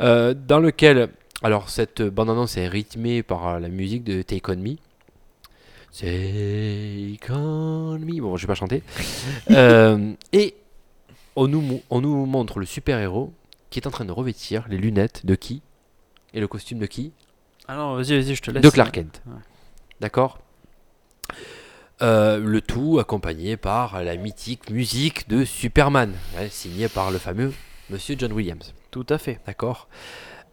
Euh, dans lequel, alors cette bande-annonce est rythmée par euh, la musique de Take On Me. Take On Me, bon, je vais pas chanter. Euh, et on nous, mo- on nous montre le super-héros qui est en train de revêtir les lunettes de qui et le costume de qui
Ah non, vas-y, vas-y, je te laisse.
de Clark Kent.
Ouais.
D'accord Euh, le tout accompagné par la mythique musique de Superman, hein, signée par le fameux Monsieur John Williams.
Tout à fait.
D'accord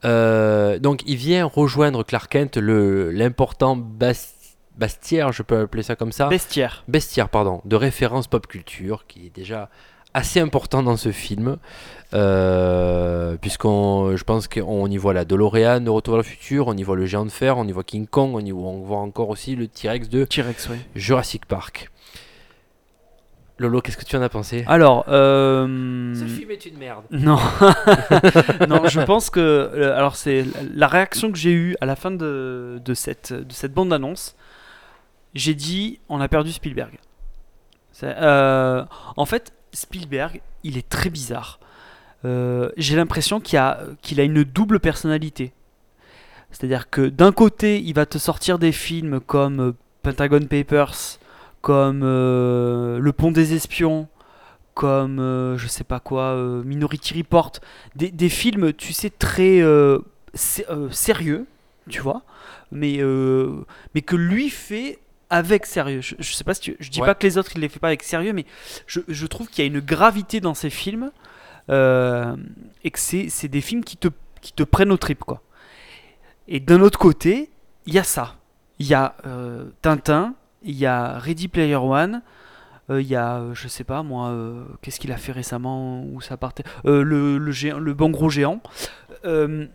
Euh, Donc il vient rejoindre Clark Kent, le- l'important bas- bastiaire, je peux appeler ça comme ça,
Bestiaire.
bestiaire, pardon, de référence pop culture, qui est déjà assez important dans ce film, euh, puisqu'on, je pense qu'on y voit la DeLorean, de Retour vers le futur, on y voit le géant de fer, on y voit King Kong, on y voit, on voit encore aussi le T-Rex de
T-Rex, ouais.
Jurassic Park. Lolo, qu'est-ce que tu en as pensé
Alors, euh...
est une merde.
Non, non, je pense que euh, alors c'est la- la réaction que j'ai eue à la fin de, de cette de cette bande annonce. J'ai dit on a perdu Spielberg. C'est- euh, en fait, Spielberg, il est très bizarre. Euh, j'ai l'impression qu'il a qu'il a une double personnalité. C'est-à-dire que d'un côté, il va te sortir des films comme euh, Pentagon Papers, comme euh, Le Pont des Espions, comme euh, je sais pas quoi, euh, Minority Report, des, des films, tu sais, très euh, sé- euh, sérieux, tu vois, mais, euh, mais que lui fait avec sérieux. Je, je sais pas si tu- je dis
Ouais.
pas que les autres il les fait pas avec sérieux, mais je, je trouve qu'il y a une gravité dans ces films euh, et que c'est c'est des films qui te, qui te prennent au trip, quoi. Et d'un autre côté, il y a ça. Il y a euh, Tintin, il y a Ready Player One, euh, il y a, euh, je sais pas moi, euh, qu'est-ce qu'il a fait récemment où ça partait Euh, le, le, géant, le bon gros géant. Euh,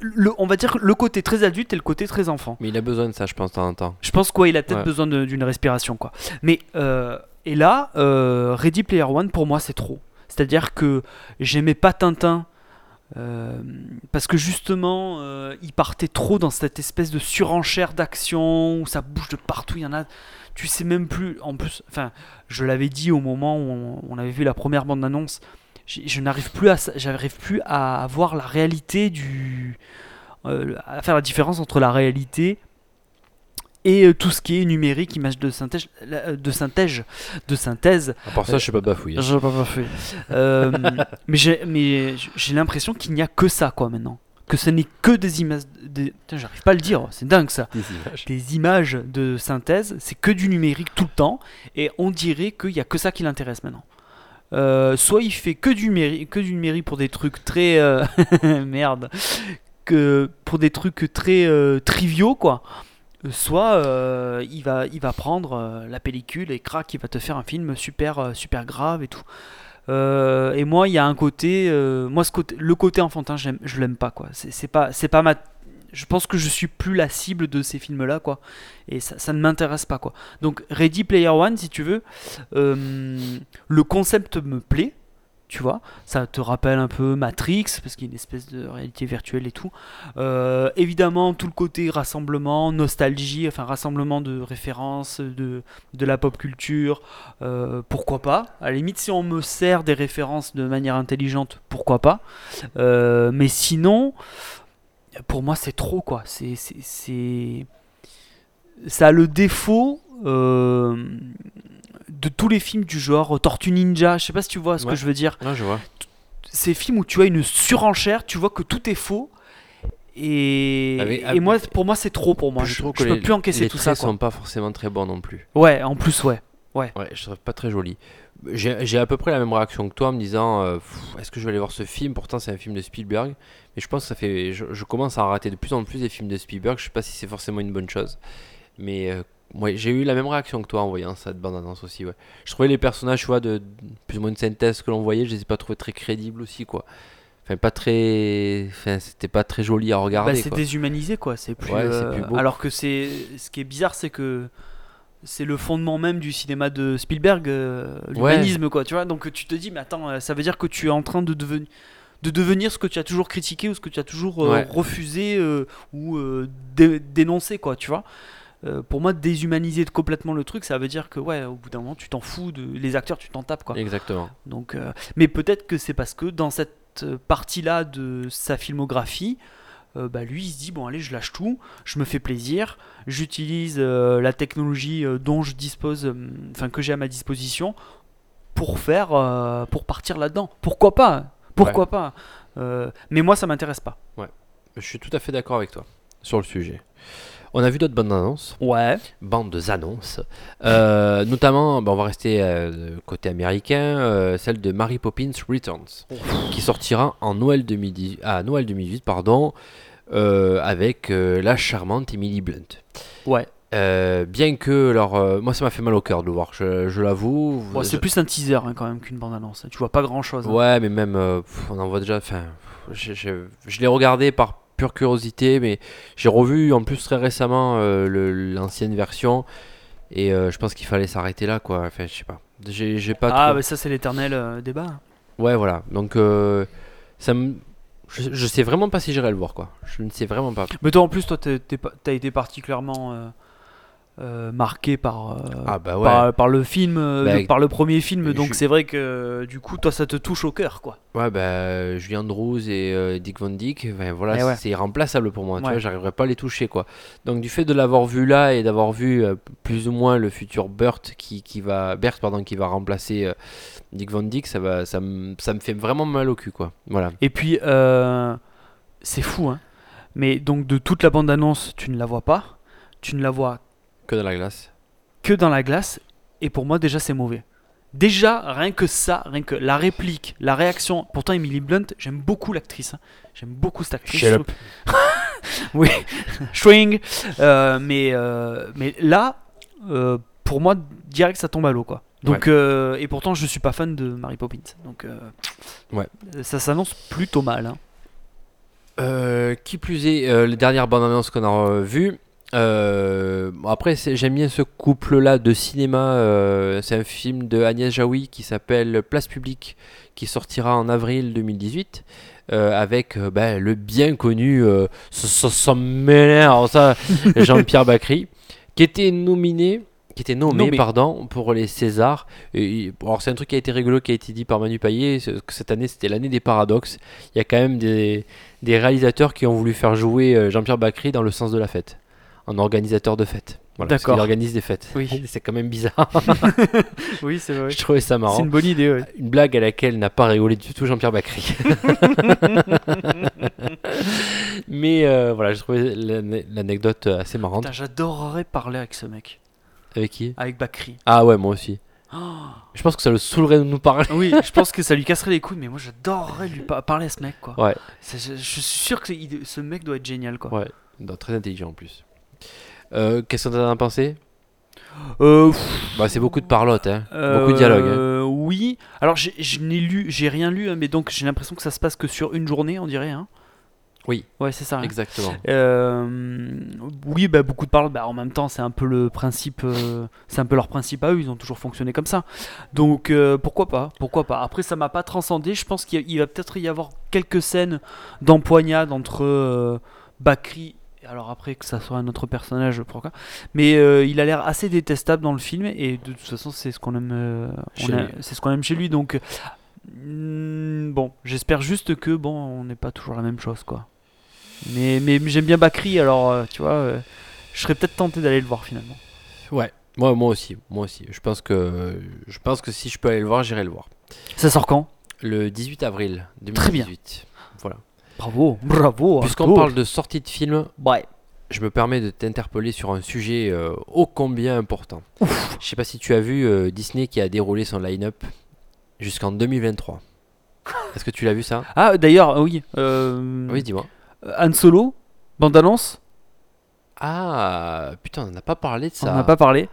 le, on va dire que le côté très adulte et le côté très enfant.
Mais il a besoin de ça, je pense, de temps en temps.
Je pense quoi, il a peut-être
Ouais.
besoin de- d'une respiration quoi. Mais euh, et là, euh, Ready Player One pour moi c'est trop. C'est-à-dire que j'aimais pas Tintin euh, parce que justement euh, il partait trop dans cette espèce de surenchère d'action où ça bouge de partout. Il y en a, tu sais même plus. En plus, enfin, je l'avais dit au moment où on, on avait vu la première bande-annonce. j'ai- Je n'arrive plus à, sa- j'arrive plus à voir la réalité du, euh, à faire la différence entre la réalité et euh, tout ce qui est numérique, images de synthèse, la- euh, de synthèse, de synthèse.
À part ça, je suis pas bafouillé.
Euh, Je pas parfait. Euh, mais j'ai, mais j'ai l'impression qu'il n'y a que ça quoi maintenant, que ce n'est que des images. Des... Putain, j'arrive pas à le dire. C'est dingue ça. Des images de synthèse, c'est que du numérique tout le temps, et on dirait qu'il n'y a que ça qui l'intéresse maintenant. Euh, soit il fait que du numérique, que du numérique pour des trucs très euh, merde, que pour des trucs très euh, triviaux quoi. Soit euh, il va il va prendre euh, la pellicule et crac, il va te faire un film super euh, super grave et tout. Euh, et moi, il y a un côté, euh, moi ce côté, le côté enfantin, j'aime- je l'aime pas quoi. C'est c'est pas c'est pas ma je pense que je suis plus la cible de ces films-là, quoi. Et ça, ça ne m'intéresse pas, quoi. Donc, Ready Player One, si tu veux, euh, le concept me plaît, tu vois. Ça te rappelle un peu Matrix, parce qu'il y a une espèce de réalité virtuelle et tout. Euh, évidemment, tout le côté rassemblement, nostalgie, enfin, rassemblement de références, de, de la pop culture, euh, pourquoi pas. À la limite, si on me sert des références de manière intelligente, pourquoi pas. Euh, mais sinon pour moi c'est trop quoi c'est c'est- c'est ça a le défaut euh, de tous les films du genre euh, Tortue Ninja je sais pas si tu vois ce
Ouais.
que je veux dire
Non, je vois.
ces films où tu as une surenchère tu vois que tout est faux et,
Ah oui, ah
et moi
oui.
pour moi c'est trop pour moi je, je peux
les-
plus encaisser
les
tout ça
traits
quoi.
sont pas forcément très bons non plus.
ouais en plus ouais
Ouais, je trouve pas très joli. J'ai j'ai à peu près la même réaction que toi en me disant euh, Pff, est-ce que je vais aller voir ce film Pourtant, c'est un film de Spielberg. Mais je pense que ça fait. Je, je commence à rater de plus en plus des films de Spielberg. Je sais pas si c'est forcément une bonne chose. Mais euh, ouais, j'ai eu la même réaction que toi en voyant cette bande-annonce aussi. Ouais. Je trouvais les personnages, tu vois, de, de- plus ou moins une synthèse que l'on voyait, je les ai pas trouvés très crédibles aussi, quoi. Enfin, pas très. Enfin, c'était pas très joli à
Bah,
regarder.
c'est
quoi.
déshumanisé quoi c'est plus,
Ouais, c'est
euh,
plus beau.
alors que c'est ce qui est bizarre c'est que c'est le fondement même du cinéma de Spielberg euh, l'humanisme quoi tu vois donc tu te dis mais attends euh, ça veut dire que tu es en train de devenir de devenir ce que tu as toujours critiqué ou ce que tu as toujours euh,
Ouais.
refusé euh, ou euh, dé- dénoncé quoi tu vois Euh, pour moi déshumaniser complètement le truc ça veut dire que ouais au bout d'un moment tu t'en fous de les acteurs tu t'en tapes quoi
Exactement.
donc, euh, mais peut-être que c'est parce que dans cette euh, partie-là de sa filmographie, euh, bah, lui, il se dit bon allez, je lâche tout, je me fais plaisir, j'utilise euh, la technologie euh, dont je dispose, euh, enfin que j'ai à ma disposition, pour faire, euh, pour partir là-dedans. Pourquoi pas Pourquoi pas Euh, Mais moi, ça m'intéresse pas.
Je suis tout à fait d'accord avec toi sur le sujet. On a vu d'autres bandes annonces.
Ouais.
bandes annonces, Euh, notamment, bah, on va rester euh, côté américain, euh, celle de Mary Poppins Returns, qui sortira en Noël 2018, à ah, Noël 2018 pardon, euh, avec euh, la charmante Emily Blunt.
Ouais.
Euh, bien que, alors, euh, moi ça m'a fait mal au cœur de le voir, je, je l'avoue.
Bon, c'est plus un teaser hein, quand même qu'une bande-annonce. Tu vois pas grand-chose. hein.
Ouais, mais même, euh, pff, on en voit déjà. Enfin, pff, je, je- je l'ai regardé par pure curiosité, mais j'ai revu en plus très récemment euh, le- l'ancienne version, et euh, je pense qu'il fallait s'arrêter là, quoi. Enfin, je sais pas. J'ai j'ai pas.
Ah,
trop-
mais ça, c'est l'éternel euh, débat.
Ouais, voilà. Donc, euh, ça me- Je, je sais vraiment pas si j'irai le voir, quoi. Je ne sais vraiment pas.
Mais toi, en plus, toi, t'es- t'es pas- t'as été particulièrement euh, euh, marqué par, euh,
Ah bah
par, par le film, euh,
Bah,
le- par le premier film.
je
Donc
suis-
c'est vrai que euh, du coup, toi, ça te touche au cœur, quoi.
Ouais, bah, Julien Andrews et euh, Dick Van Dyke, ben,
Eh
voilà,
ouais.
c'est irremplaçable pour moi. Tu
Ouais.
vois, j'arriverai pas à les toucher, quoi. Donc, du fait de l'avoir vu là et d'avoir vu euh, plus ou moins le futur Burt qui, qui va, Bert, pardon, qui va remplacer euh, Dick Van Dyke, ça va, ça me, ça me fait vraiment mal au cul, quoi. Voilà.
Et puis, euh, c'est fou, hein. Mais donc de toute la bande annonce, tu ne la vois pas, tu ne la vois
Que de la glace.
que dans la glace. Et pour moi, déjà, c'est mauvais. Déjà, rien que ça, rien que la réplique, la réaction. Pourtant, Emily Blunt, j'aime beaucoup l'actrice. hein. J'aime beaucoup cette actrice.
Shut
Je trouve- oui, swing. Euh, mais, euh, mais là, euh, pour moi, direct, ça tombe à l'eau. quoi. Donc, euh, et pourtant, je suis pas fan de Mary Poppins. Donc, euh,
Ouais.
ça s'annonce plutôt mal. hein.
Euh, qui plus est, euh, les dernières bandes annonces qu'on a vues. euh, bon, après, c'est- j'aime bien ce couple-là de cinéma. euh, c'est un film de Agnès Jaoui qui s'appelle Place publique, qui sortira en avril 2018. euh, avec euh, ben, le bien connu, euh, ça, ça- ça m'énerve, ça, Jean-Pierre Bacry, qui était nominé, qui était nommé,
Nommé.
pardon, pour les Césars. Et- alors c'est un truc qui a été rigolo, qui a été dit par Manu Payet, c'est que cette année c'était l'année des paradoxes. Il y a quand même des, des réalisateurs qui ont voulu faire jouer euh, Jean-Pierre Bacry dans le sens de la fête, en organisateur de fête. Voilà, parce
D'accord.
qu'il organise des fêtes.
Oui.
C'est quand même bizarre.
Oui, c'est vrai.
Je trouvais ça marrant.
C'est une bonne idée, ouais.
Une blague à laquelle n'a pas rigolé du tout Jean-Pierre Bacry. Mais euh, voilà, je trouvais l'ane- l'anecdote assez marrante.
Putain, J'adorerais parler avec ce mec,
Avec qui
avec Bakri.
Ah ouais, moi aussi.
Oh.
Je pense que ça le saoulerait de nous parler.
Oui, je pense que ça lui casserait les couilles, mais moi j'adorerais lui pa- parler à ce mec, quoi.
Ouais.
C'est- Je, je suis sûr que c'est- il- ce mec doit être génial, quoi.
Ouais, non, très intelligent en plus. Euh, Qu'est-ce que t'en as pensé
Euh, pff,
Bah, c'est beaucoup de parlotte, hein. beaucoup
euh,
de dialogue. hein.
Oui. Alors j'ai- je n'ai lu, j'ai rien lu, hein, mais donc j'ai l'impression que ça se passe que sur une journée, on dirait. Hein.
Oui.
Ouais, c'est ça. hein.
Exactement.
Euh, oui, bah, beaucoup de parlent. Bah, en même temps, c'est un peu le principe, euh, c'est un peu leur principe à eux. Ils ont toujours fonctionné comme ça. Donc euh, pourquoi pas, pourquoi pas. Après, ça m'a pas transcendé. Je pense qu'il y a- il va peut-être y avoir quelques scènes d'empoignade entre euh, Bakri. Alors après que ça soit un autre personnage, pourquoi Mais euh, il a l'air assez détestable dans le film et de toute façon, c'est ce qu'on aime, euh, on
Chez
a-
lui.
c'est ce qu'on aime chez lui. Donc mm, bon, j'espère juste que bon, on n'est pas toujours la même chose, quoi. Mais, mais j'aime bien Bakri, alors euh, tu vois, euh, je serais peut-être tenté d'aller le voir finalement.
Ouais, moi, moi aussi. Moi aussi. Je pense que, je pense que si je peux aller le voir, j'irai le voir.
Ça sort quand
Le 18 avril 2018.
Très bien.
Voilà.
Bravo, bravo.
Puisqu'on
Arthur.
parle de sortie de film,
Ouais.
je me permets de t'interpeller sur un sujet euh, ô combien important. Je sais pas si tu as vu euh, Disney qui a déroulé son line-up jusqu'en 2023. Est-ce que tu l'as vu ça
Ah d'ailleurs, oui. euh,
Oui, dis-moi.
Euh, Han Solo, bande annonce,
Ah, putain, on n'a pas parlé de
on
ça.
n'en a pas parlé.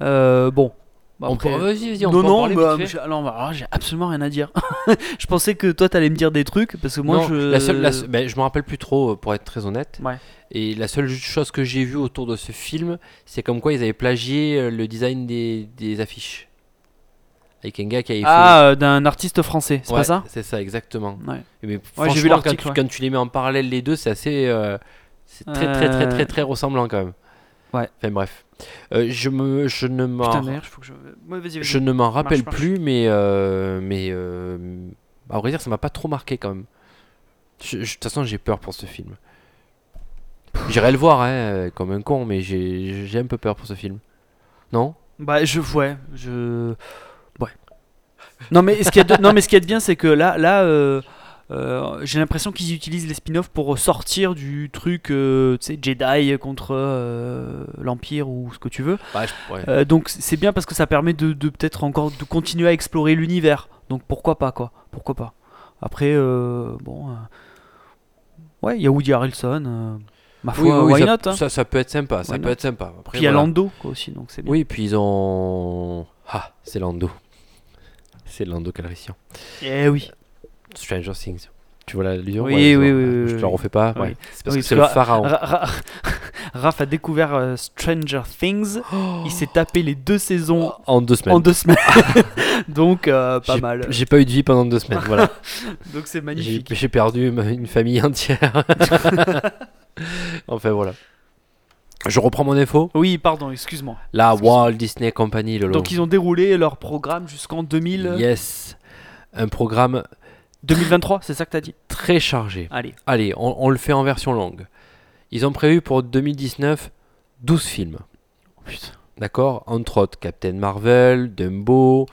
Euh, bon. Bah,
On
après-
peut- vas-y, vas-y, on
non,
peut en
non,
parler
bah,
vite fait.
j'ai- alors, bah, alors, j'ai absolument rien à dire. je pensais que toi, t'allais me dire des trucs parce que moi,
Non,
je.
la seule, la se- ben, je me rappelle plus trop, euh, pour être très honnête.
Ouais.
Et la seule chose que j'ai vue autour de ce film, c'est comme quoi ils avaient plagié euh, le design des, des affiches. Avec un gars qui avait fait.
Ah, euh, d'un artiste français, c'est
Ouais,
pas ça
C'est ça, exactement.
Ouais.
Mais
Ouais, j'ai vu
franchement,
l'article,
quand, tu-
ouais.
quand tu les mets en parallèle les deux, c'est assez, euh, c'est très, très très
Euh.
très très ressemblant quand même.
Ouais.
Enfin bref, Euh, je me, je ne m'en,
Putain, merde, faut que je. Ouais, vas-y, vas-y.
je ne m'en rappelle
marche.
plus, mais euh, mais euh, à vrai dire, ça m'a pas trop marqué quand même. Je- je- De toute façon, j'ai peur pour ce film. J'irai le voir, hein, comme un con, mais j'ai, j'ai un peu peur pour ce film. Non
Bah, je. Ouais, je. Ouais. Non, mais ce qu'il y, a de- non, mais ce qu'il y a de bien, c'est que là, là euh, euh, j'ai l'impression qu'ils utilisent les spin-offs pour sortir du truc, euh, tu sais, Jedi contre euh, l'Empire ou ce que tu veux.
Bah, je- ouais.
Euh, donc, c'est bien parce que ça permet de, de peut-être encore de continuer à explorer l'univers. Donc, pourquoi pas, quoi Pourquoi pas Après, euh, bon. euh, Ouais, il y a Woody Harrelson. euh, ma foi,
Oui, oui, oui,
why
ça,
not hein.
ça, ça peut être sympa, ça
Why
peut
not
être sympa. Après,
Puis il y a
voilà.
Lando, quoi, aussi, donc c'est bien.
Oui, puis ils ont. Ah, c'est Lando. C'est Lando Calrissian.
Eh oui.
Stranger Things. Tu vois l'allusion
Oui,
je
oui,
vois.
oui, oui,
Je te
oui,
la
oui.
refais pas.
Oui.
ouais. C'est parce
Oui,
que c'est le
parce que-
pharaon.
Ra- Ra- Raph a découvert euh, Stranger Things.
Oh.
Il s'est tapé les deux saisons
En deux
en
semaines.
deux semaines. Donc, euh,
Oh. Ben.
pas
J'ai-
mal.
J'ai pas eu de vie pendant deux semaines. Voilà.
Donc, c'est
J'ai
magnifique.
j'ai perdu ma- une famille entière. enfin voilà. Je reprends mon info.
Oui, pardon, excuse-moi.
La Walt Disney Company, Lolo.
Donc, ils ont déroulé leur programme jusqu'en 2000...
Yes. Un programme
2023, c'est ça que t'as dit
très chargé.
Allez.
Allez, on, on le fait en version longue. Ils ont prévu pour 2019 12 films.
Oh,
D'accord Entre autres Captain Marvel, Dumbo,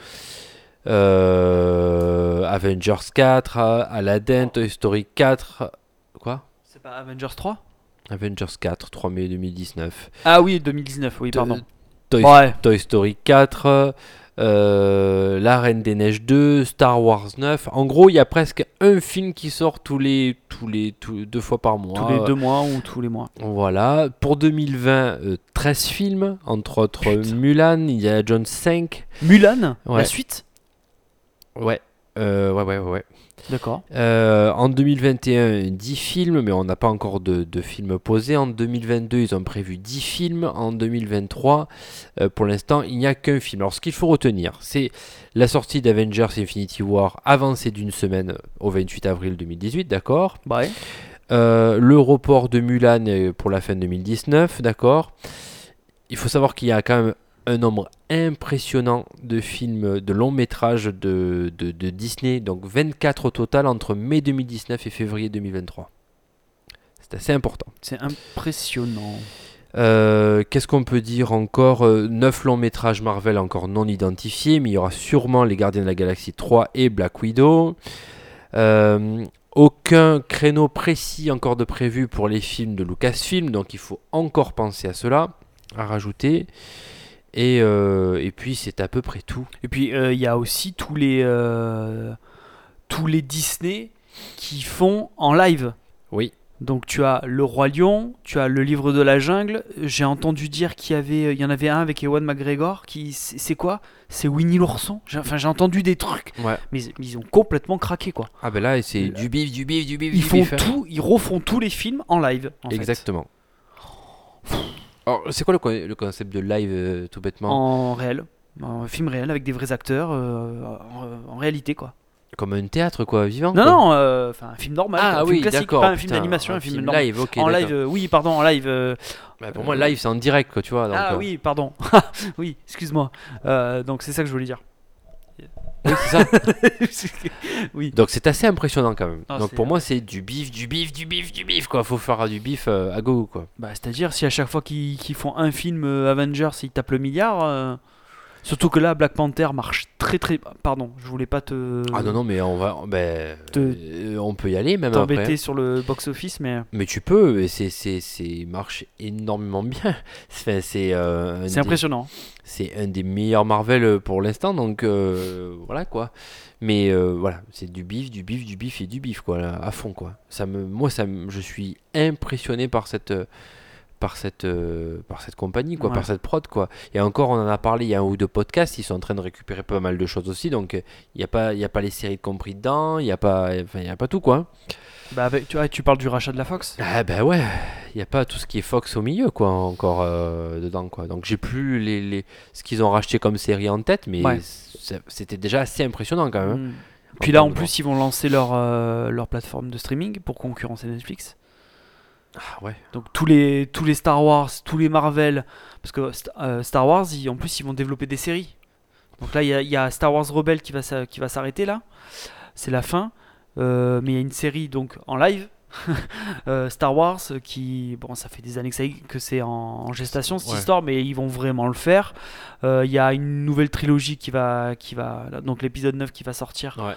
euh, Avengers 4, euh, Aladdin, Toy Story 4. Quoi
C'est pas Avengers 3
Avengers 4, 3 mai 2019.
Ah oui, 2019, oui,
To-
pardon.
Toy,
Ouais.
Toy Story 4, euh, La Reine des Neiges 2, Star Wars 9. En gros, il y a presque un film qui sort tous les, tous les tous- deux fois par mois.
Tous les deux mois ou tous les mois.
Voilà, pour 2020, euh, 13 films, entre autres euh, Mulan, Indiana Jones 5.
Mulan
Ouais.
La suite
Ouais. Euh, ouais, ouais, ouais. ouais.
D'accord.
Euh, en 2021, 10 films, mais on n'a pas encore de, de films posés. En 2022, ils ont prévu 10 films. En 2023, euh, pour l'instant, il n'y a qu'un film. Alors, ce qu'il faut retenir, c'est la sortie d'Avengers Infinity War avancée d'une semaine euh, au 28 avril 2018, d'accord
Ouais.
Euh, le report de Mulan euh, pour la fin 2019, d'accord. Il faut savoir qu'il y a quand même un nombre impressionnant de films, de longs métrages de, de- de Disney, donc 24 au total entre mai 2019 et février 2023. C'est assez important.
C'est impressionnant.
Euh, Qu'est-ce qu'on peut dire encore Euh, Neuf longs métrages Marvel encore non identifiés, mais il y aura sûrement Les Gardiens de la Galaxie 3 et Black Widow. Euh, aucun créneau précis encore de prévu pour les films de Lucasfilm, donc il faut encore penser à cela, à rajouter. Et, euh, et puis c'est à peu près tout.
Et puis euh, il y a aussi tous les euh, tous les Disney qui font en live.
Oui.
Donc tu as le roi lion, tu as le livre de la jungle. J'ai entendu dire qu'il y avait euh, il y en avait un avec Ewan McGregor qui c'est c'est quoi C'est Winnie l'ourson. J'ai- Enfin j'ai entendu des trucs,
Ouais.
mais ils- mais ils ont complètement craqué quoi.
Ah ben là, c'est du bif, du bif, du bif,
Ils
du
font
bif, hein.
tout, ils refont tous les films en live. En fait.
Exactement. Alors, c'est quoi le, con- le concept de live euh, tout bêtement
En réel, en film réel avec des vrais acteurs euh, en, en réalité quoi.
Comme un théâtre quoi, vivant
Non
quoi.
non, euh, enfin un film normal, quoi,
Ah
un film
oui,
classique,
d'accord.
pas un film
putain,
d'animation, un film normal.
live, ok.
en
d'accord.
live, euh, oui, pardon, en live. euh,
Bah, pour moi, live, c'est en direct, quoi, tu vois. donc,
ah
euh,
oui, pardon. Ah, oui, excuse-moi. Euh, donc c'est ça que je voulais dire.
oui, c'est ça.
oui.
Donc, c'est assez impressionnant quand même.
Ah,
donc,
c'est-
pour moi, c'est du bif, du bif, du bif, du bif, quoi. Faut faire euh, du bif euh, à go, quoi.
Bah, c'est-à-dire si à chaque fois qu'ils qu'ils font un film euh, Avengers, ils tapent le milliard. euh, Surtout que là, Black Panther marche très très. Pardon, je voulais pas te
Ah non, non, mais on va. ben,
Te-
euh, on peut y aller même
t'embêter
après.
sur le box office, mais
Mais tu peux, et c'est, c'est, c'est marche énormément bien. Enfin, c'est, euh, un
c'est
des-
impressionnant.
c'est un des meilleurs Marvel pour l'instant, donc euh, voilà quoi. Mais euh, voilà, c'est du bif, du bif, du bif et du bif quoi, là, à fond quoi. Ça me, moi, ça me- je suis impressionné par cette, euh, par cette, euh, par cette compagnie quoi,
Ouais.
par cette prod quoi. Et encore, on en a parlé, il y a un ou deux podcasts, ils sont en train de récupérer pas mal de choses aussi, donc euh, il n'y a pas, il y a pas les séries de compris dedans, il n'y a pas, enfin, il y a pas tout quoi.
Bah, avec- tu, vois, tu parles du rachat de la Fox.
Ah ben ouais, il n'y a pas tout ce qui est Fox au milieu quoi encore euh, dedans quoi. Donc j'ai plus les, les- ce qu'ils ont racheté comme série en tête, mais
Ouais.
c'est- c'était déjà assez impressionnant quand même.
Mm. Puis là, en plus, ils vont lancer leur, euh, leur plateforme de streaming pour concurrencer Netflix.
Ah ouais.
Donc tous les, tous les Star Wars, tous les Marvel, parce que st- euh, Star Wars, ils- en plus, ils vont développer des séries. Donc là, il y a- il y, a Star Wars Rebelle qui va, s'a- qui va s'arrêter là. C'est la fin. Euh, mais il y a une série donc en live. euh, Star Wars euh, qui bon ça fait des années que, ça- que c'est en, en gestation cette
Ouais.
histoire mais ils vont vraiment le faire Euh, il y a une nouvelle trilogie qui va qui va donc l'épisode 9 qui va sortir
Ouais.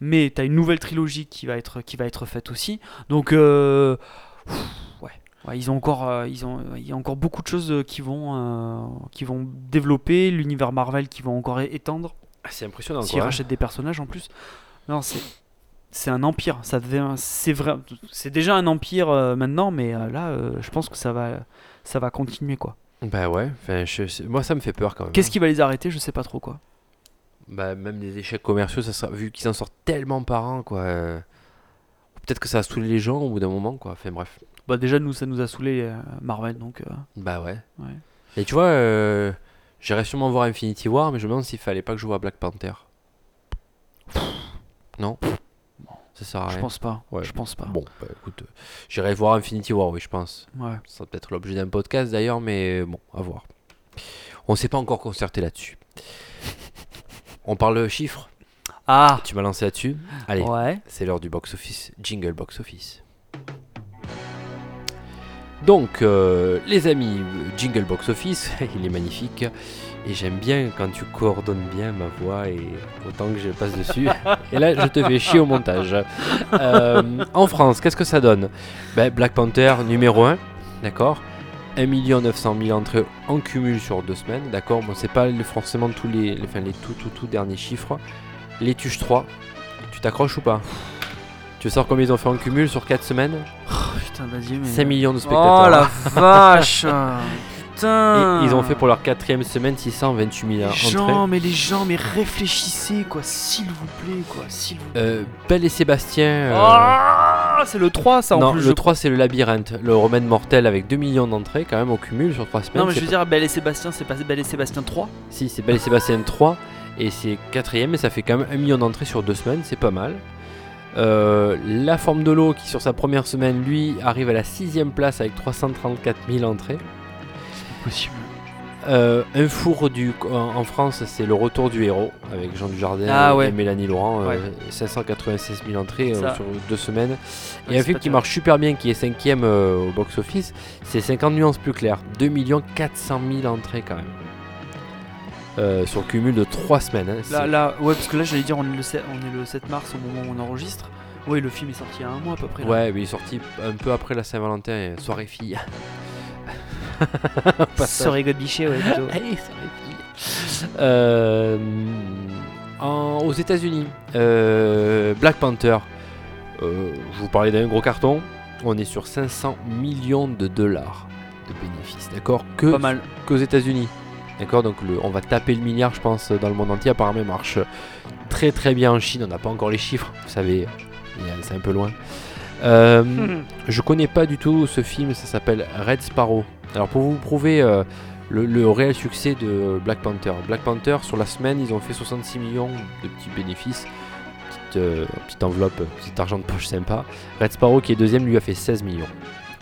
mais tu as une nouvelle trilogie qui va être qui va être faite aussi donc euh, pff, ouais. Ouais, ils ont encore euh, ils ont il y a encore beaucoup de choses euh, qui vont euh, qui vont développer l'univers Marvel qui vont encore é- étendre
Ah, c'est impressionnant
s'ils
quoi. hein.
rachètent des personnages en plus non c'est c'est un empire ça devient c'est vrai c'est déjà un empire euh, maintenant mais euh, là euh, je pense que ça va ça va continuer quoi
Ben ouais. Enfin, je- c'est- moi ça me fait peur quand même.
qu'est-ce qui va les arrêter je sais pas trop quoi
Bah, même les échecs commerciaux, ça sera vu qu'ils en sortent tellement par an quoi. euh, Peut-être que ça va saouler les gens au bout d'un moment quoi. Enfin bref.
bah déjà nous ça nous a saoulé euh, Marvel donc euh,
Bah ouais.
Ouais.
Et tu vois, euh, j'irai sûrement voir Infinity War, mais je me demande s'il fallait pas que je vois Black Panther. Non Ça sert à rien.
je pense pas
Ouais.
je pense pas
Bon, bah écoute, euh, j'irai voir Infinity War, oui, je pense.
ouais
Ça sera peut-être l'objet d'un podcast d'ailleurs, mais bon, à voir. On s'est pas encore concerté là-dessus. On parle chiffres.
ah
Tu m'as lancé là-dessus. Allez,
ouais
c'est l'heure du box-office, jingle box-office. Donc, euh, les amis, euh, jingle box-office, il est magnifique. Et j'aime bien quand tu coordonnes bien ma voix et autant que je passe dessus. et là, je te fais chier au montage. Euh, en France, qu'est-ce que ça donne Ben, Black Panther numéro 1, d'accord 1 900 000 entrées en cumul sur deux semaines, d'accord Bon, c'est pas le- forcément tous les, les- enfin, les tout, tout, tout derniers chiffres. Les Tuches 3, tu t'accroches ou pas Tu sors combien ils ont fait en cumul sur 4 semaines
putain vas-y mais
5 millions de spectateurs.
Hmm. Oh la vache Putain
Et ils ont fait pour leur quatrième semaine 628 000
les
entrées.
gens, mais les gens, mais réfléchissez quoi, s'il vous plaît quoi, s'il vous plaît.
Euh, Belle et Sébastien. euh,
Ah, c'est le 3 ça en
non,
plus. je
le 3 c'est le labyrinthe, le remède mortel avec 2 millions d'entrées quand même au cumul sur 3
crois.
semaines.
Non mais
c'est
je veux dire, Belle et Sébastien, c'est pas Belle et Sébastien 3.
pas- Si, c'est Belle et Sébastien 3 et c'est quatrième et ça fait quand même 1 million d'entrées sur 2 semaines, c'est pas mal. Euh, la forme de l'eau qui sur sa première semaine lui arrive à la sixième place avec 334 000 entrées.
C'est possible.
Euh, un four du, en, en France, c'est Le Retour du Héros avec Jean Dujardin
Ah
et-
ouais.
et Mélanie Laurent. euh,
Ouais.
596 000 entrées euh,
Ça.
sur deux semaines. et
Ouais,
un film
c'est pas
qui
terrible.
marche super bien, qui est cinquième euh, au box-office, c'est 50 nuances plus claires. 2 400 000 entrées quand même. Euh, sur cumul de 3 semaines. hein,
Là,
c'est-
là, ouais, parce que là, j'allais dire, on est, le 7, on est le 7 mars au moment où on enregistre. Ouais, le film est sorti il y a un mois à peu près. là.
Ouais, mais il est sorti un peu après la Saint-Valentin, euh, soirée fille. Passage.
Sorry, God Bichet, ouais, plutôt.
Allez, ça Euh, en- aux États-Unis, euh, Black Panther. euh, je vous parlais d'un gros carton. On est sur 500 millions de dollars de bénéfices, d'accord Que
Pas mal.
qu'aux États-Unis, d'accord Donc le- on va taper le milliard, je pense, dans le monde entier. Apparemment, il marche très très bien en Chine. On n'a pas encore les chiffres, vous savez, il y a- c'est un peu loin. Euh,
Hmm.
je connais pas du tout ce film, ça s'appelle Red Sparrow. Alors pour vous prouver euh, le, le réel succès de Black Panther. Black Panther, sur la semaine, ils ont fait 66 millions de petits bénéfices. Petite, euh, petite enveloppe, petit argent de poche sympa. Red Sparrow, qui est deuxième, lui a fait 16 millions.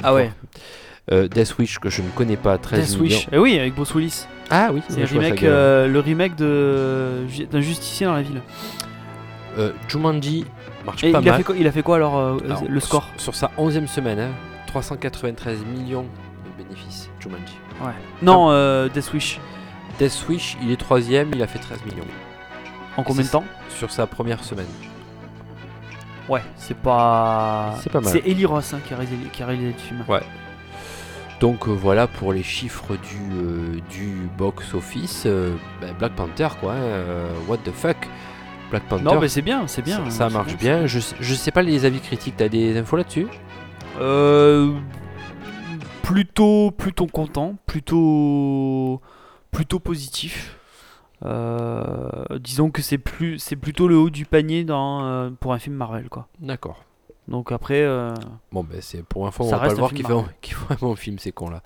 Ah ouais,
Euh, Death Wish, que je ne connais pas, 13
Death
millions.
Wish. Eh oui, avec Bruce Willis.
Ah oui,
C'est le
je vois ça,
remake,
gueule.
euh, le remake de ju- d'un justicier dans la ville.
Euh, Jumanji marche
Et il
pas
a,
mal.
fait quoi, il a fait quoi alors, euh,
Alors,
le score
sur, sur sa 11e semaine, hein, 393 millions de bénéfices. Jumanji.
Non, euh, Death Wish.
Death Wish, il est troisième, il a fait 13 millions
En combien de temps
sur sa première semaine.
Ouais, c'est pas.
C'est pas mal.
C'est Eli Ross hein, qui, a réalisé, qui a réalisé le film.
Donc euh, voilà pour les chiffres du, euh, du box office. Euh, ben, Black Panther quoi. hein, euh, what the fuck. Black Panther.
Non, mais c'est bien, c'est bien.
ça,
hein,
ça
c'est
marche bien. Je, sais- je sais pas les avis critiques. T'as des infos là-dessus
Euh, plutôt, plutôt content, plutôt, plutôt positif. Euh, disons que c'est plus, c'est plutôt le haut du panier dans, euh, pour un film Marvel quoi.
D'accord.
Donc après, euh,
Bon, ben c'est pour info, on
Ça
va pas
reste
le
un
voir qui
film
fait, un, qui fait un bon film, ces cons là.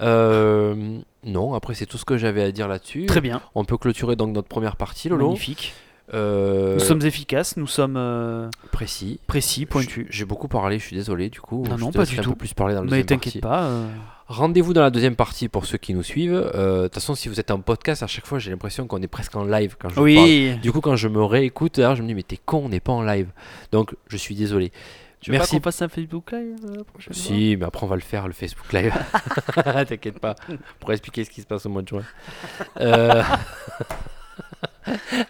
Euh, non, après, c'est tout ce que j'avais à dire là-dessus.
très bien,
On peut clôturer donc notre première partie, Lolo.
magnifique.
Euh,
Nous sommes efficaces, nous sommes euh,
précis.
précis, pointus.
J- J'ai beaucoup parlé, je suis désolé du coup.
Non,
je
non,
te
pas
laisserai
du
un
tout.
peu plus parler dans la
Mais
deuxième
t'inquiète
partie.
pas. euh,
Rendez-vous dans la deuxième partie pour ceux qui nous suivent. Euh, De toute façon, si vous êtes en podcast, à chaque fois, j'ai l'impression qu'on est presque en live quand je vous parle.
Oui.
Du coup, quand je me réécoute, alors, je me dis, mais t'es con, on n'est pas en live. Donc, je suis désolé.
Tu veux
Merci
pas qu'on fasse un Facebook Live euh, la prochaine fois
Si, mais après on va le faire, le Facebook Live. T'inquiète pas, pour expliquer ce qui se passe au mois de juin. Euh,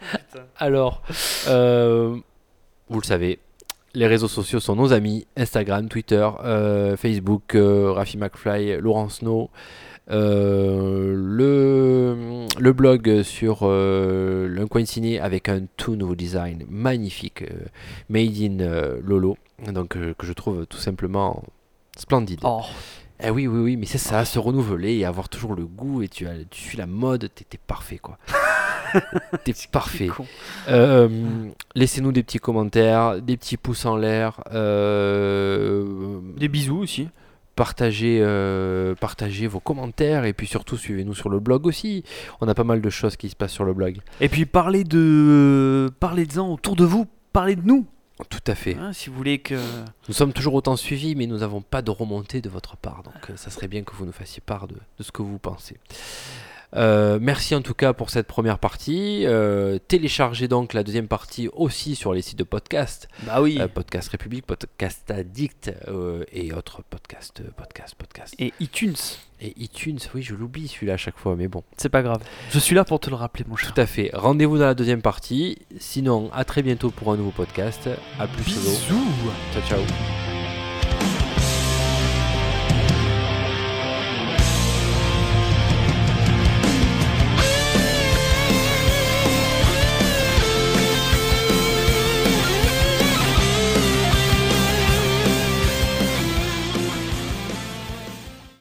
Alors, euh, vous le savez, les réseaux sociaux sont nos amis Instagram, Twitter, euh, Facebook, euh, Rafi McFly, Laurent Snow. euh, le, le blog sur euh, le coin ciné avec un tout nouveau design magnifique euh, made in euh, Lolo donc euh, que je trouve tout simplement splendide
Oh,
eh oui, oui, oui, mais c'est ça, se renouveler et avoir toujours le goût et tu, as, tu suis la mode, t'es t'es parfait quoi. t'es parfait.
con.
Euh, Laissez-nous des petits commentaires, des petits pouces en l'air, euh,
Des bisous aussi.
partagez, euh, partagez vos commentaires et puis surtout suivez-nous sur le blog aussi. On a pas mal de choses qui se passent sur le blog.
Et puis parlez de, parlez-en autour de vous, parlez de nous.
Tout à fait.
hein, si vous voulez que.
Nous sommes toujours autant suivis, mais nous n'avons pas de remontée de votre part. Donc, euh, ça serait bien que vous nous fassiez part de, de ce que vous pensez. Euh, merci en tout cas pour cette première partie. Euh, téléchargez donc la deuxième partie aussi sur les sites de podcast,
Bah oui.
Euh, Podcast République, Podcast Addict euh, et autres podcasts, euh, podcasts, podcasts.
et iTunes.
Et iTunes, oui, je l'oublie celui-là à chaque fois, mais bon.
C'est pas grave. Je suis là pour te le rappeler, mon cher.
Tout à fait. Rendez-vous dans la deuxième partie. Sinon, à très bientôt pour un nouveau podcast. À plus, Solo.
Bisous.
Ciao, ciao.